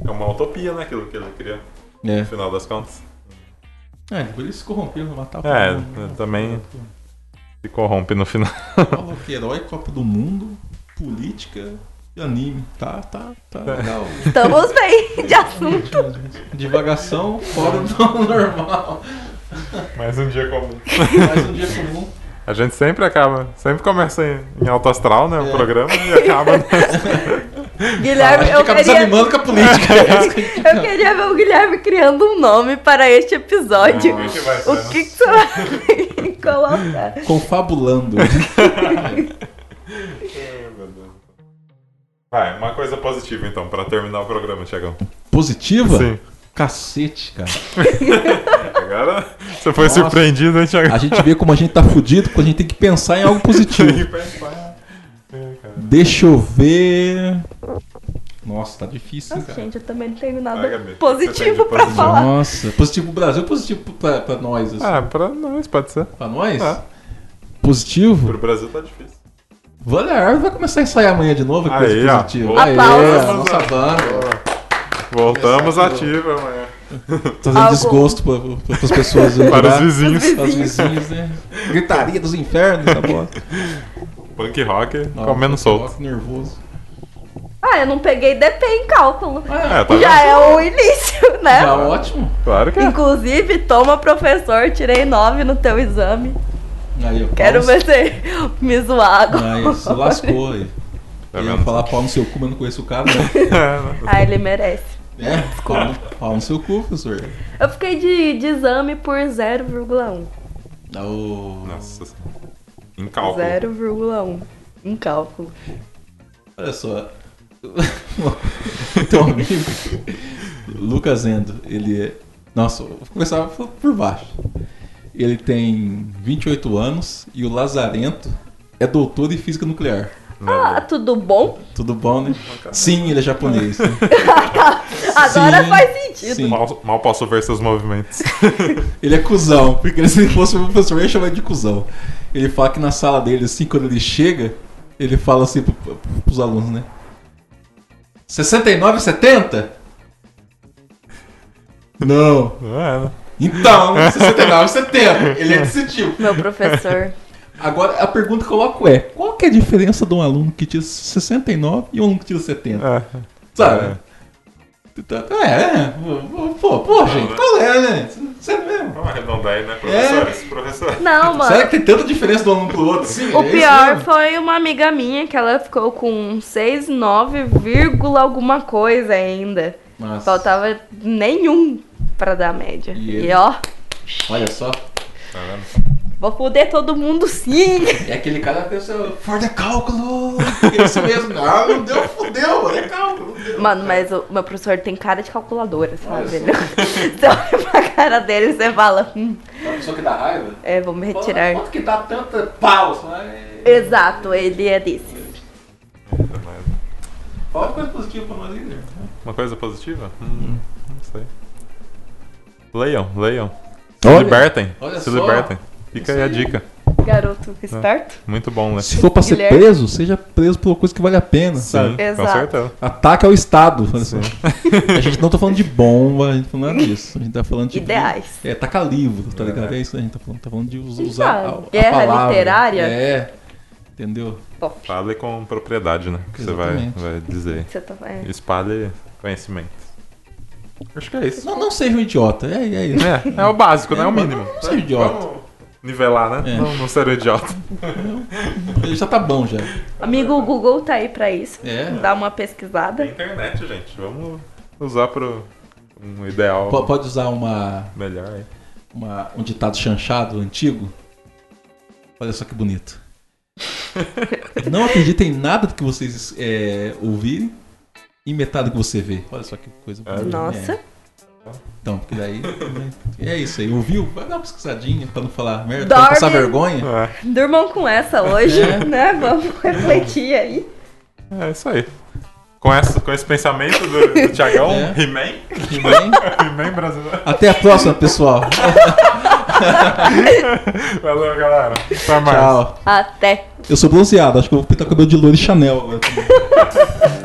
S2: É uma utopia, né? Aquilo que ele queria,
S1: É.
S2: no final das contas.
S1: É, depois eles se corromperam, mataram
S2: É,
S1: todo mundo. né?
S2: também se corrompe no final.
S1: Falou que herói, Copa do Mundo, política e anime. Tá, tá, tá
S2: É.
S1: legal.
S3: Estamos bem de assunto.
S1: Divagação fora do normal.
S2: Mais um dia comum.
S1: Mais um dia comum.
S2: A gente sempre acaba, sempre começa em, em alto astral, né? O
S1: É.
S2: programa e acaba. né?
S1: A
S3: Guilherme,
S1: gente
S3: eu
S1: acaba
S3: queria,
S1: desanimando com a política. é isso que a gente
S3: eu queria ver o Guilherme criando um nome para este episódio.
S2: O que vai ser,
S3: O que, que você vai colocar?
S1: Confabulando.
S2: Ai, meu Deus. Vai, uma coisa positiva então, pra terminar o programa, Tiagão.
S1: Positiva?
S2: Sim.
S1: Cacete, cara.
S2: Agora você foi
S1: Nossa.
S2: surpreendido, hein, Tiagão?
S1: A gente vê como a gente tá fudido, quando a gente tem que pensar em algo positivo. Deixa eu ver. Nossa, tá difícil, hein,
S3: Nossa,
S1: cara.
S3: gente, eu também não
S2: Vai,
S3: tenho nada
S2: Gabi, o que que você tem
S3: positivo
S2: de
S3: pra
S2: positivo?
S3: falar.
S1: Nossa, positivo pro Brasil, positivo pra, pra nós, assim.
S2: Ah, pra nós pode ser.
S1: Pra nós?
S2: Ah.
S1: Positivo?
S2: Pro Brasil tá difícil.
S1: Vale a árvore vai começar a ensaiar amanhã de novo, é coisa
S2: Aí, ó.
S1: positiva.
S2: Boa.
S1: Aê,
S3: Aplausos.
S1: nossa banda.
S2: Voltamos
S1: Começar
S2: ativa, amanhã.
S1: Trazendo
S3: Algo-
S1: desgosto pra, pra, pras pessoas aí.
S2: Para os
S1: lá,
S2: vizinhos.
S1: para os vizinhos, né? Gritaria dos infernos, tá bom?
S2: Punk rock, comendo solto.
S1: Coloca nervoso.
S3: Ah, eu não peguei DP em cálculo.
S2: É, tá
S3: Já
S2: vendo?
S3: é o início, né?
S1: Tá ótimo.
S2: Claro que é.
S3: Inclusive, toma, professor, tirei 9 no teu exame.
S1: Aí, ó,
S3: Quero
S1: palmas.
S3: ver se me zoar agora.
S1: Mas se lascou aí.
S2: Tá
S1: Eu ia
S2: vendo? É,
S1: falar pau no seu cu, mas não conheço o cara, né?
S3: Ah, ele merece.
S1: é, pau, no- pau no seu cu, professor.
S3: Eu fiquei de, de exame por 0,1.
S1: Ô,
S2: Nossa. Em cálculo.
S3: 0,1 em cálculo.
S1: Olha só. Teu amigo, Lucas Endo, ele é. Nossa, eu vou começar por baixo. Ele tem 28 anos e o Lazarento é doutor em física nuclear.
S3: Ah, tudo bom?
S1: Tudo bom, né? Sim, ele é japonês. né?
S3: Agora
S1: Sim,
S3: faz sentido.
S1: Sim.
S2: Mal, mal posso ver seus movimentos.
S1: Ele é cuzão, porque se ele fosse o professor, eu ia chamar ele de cuzão. Ele fala que na sala dele, assim, quando ele chega, ele fala assim pro, pro- pros alunos, né? 69, 70? Não.
S2: Não é, né?
S1: Então, 69, 70. Ele é desse tipo.
S3: Meu professor.
S1: Agora, a pergunta que eu coloco é, qual que é a diferença de um aluno que tira 69 e um aluno que tira 70?
S2: É.
S1: Sabe? Então, É, é. Pô, pô, gente, qual é, né? Sério mesmo.
S2: Vamos arredondar aí, né,
S3: É.
S1: professores?
S2: Professores.
S3: Não, mano.
S1: Será que tem tanta diferença de um aluno pro outro? Sim, é
S3: O
S1: isso
S3: pior
S1: mesmo?
S3: foi uma amiga minha que ela ficou com 6, 9, vírgula alguma coisa ainda.
S1: Nossa,
S3: Faltava nenhum pra dar média.
S1: E
S3: E,
S1: ele?
S3: ó,
S1: Olha só.
S2: Tá vendo?
S3: vou foder todo mundo sim.
S1: É aquele cara que pensa, for the cálculo. É isso mesmo. Não, não deu, fudeu. É cálculo. não deu.
S3: Mano, mas o meu professor tem cara de calculadora, sabe?
S1: Olha só.
S3: Você olha pra cara dele e você fala, hum,
S1: A pessoa que dá raiva.
S3: é, vou me retirar.
S1: Quanto que dá tanta pausa?
S3: Exato, ele é desses.
S1: Fala uma coisa positiva é pra nós né? aí, Guilherme.
S2: Uma coisa positiva? Hum, Não sei. Leiam, leiam. Se
S4: Olha.
S2: libertem.
S1: Olha
S2: se
S1: só.
S2: libertem. Fica aí a
S1: Isso aí.
S2: dica.
S3: Garoto esperto.
S2: Muito bom, né?
S1: Se for pra ser
S3: Guilherme.
S1: preso, seja preso por uma coisa que vale a pena, sabe?
S2: com
S3: Exato.
S2: certeza.
S1: Ataque ao Estado. Fala assim. A gente não tá falando de bomba, a gente tá falando nada disso. A gente tá falando tipo, de.
S3: Ideais.
S1: É, taca livro, tá ligado?
S2: É.
S1: É isso que a gente tá falando. Tá falando de us-
S3: Sim,
S1: usar a,
S3: sabe?
S1: a
S3: Então, Guerra
S1: palavra.
S3: literária.
S1: É. Entendeu?
S3: Top.
S2: Fale com propriedade, né? Que você vai,
S1: Exatamente.
S2: vai dizer.
S3: Você tá... é.
S2: Espalhe conhecimento. Acho que é isso.
S1: Não, não seja um idiota. É, é isso.
S2: É, é o básico, né? É o mínimo.
S1: Não seja idiota.
S2: Vamos nivelar, né?
S1: É.
S2: Não, não ser um idiota.
S1: Ele já tá bom já.
S3: Amigo, o Google tá aí pra isso.
S1: É.
S3: Dá uma
S2: É
S3: pesquisada.
S2: internet, gente. Vamos usar pro um ideal
S1: Po- pode usar uma,
S2: melhor aí.
S1: uma- um ditado chanchado, antigo. Olha só que bonito. Não acreditem em nada do que vocês é, ouvirem e metade do que você vê. Olha só que coisa
S2: É.
S1: bonita.
S3: Nossa.
S1: É. Então, porque daí. né, É isso aí. Ouviu? Vai dar uma pesquisadinha pra não falar merda, pra não
S3: Dorme.
S1: passar vergonha.
S2: É,
S3: Durmam com essa hoje, né? Vamos refletir aí.
S2: é isso aí. Com, essa, com esse pensamento do, do Thiagão,
S1: É.
S2: He-Man,
S1: Tudo bem?
S2: He-Man brasileiro.
S1: Até a próxima, pessoal.
S2: Valeu, galera. Até mais.
S1: Tchau.
S3: Até.
S1: Eu sou bronzeado, acho que eu vou pintar o cabelo de louro e Chanel agora.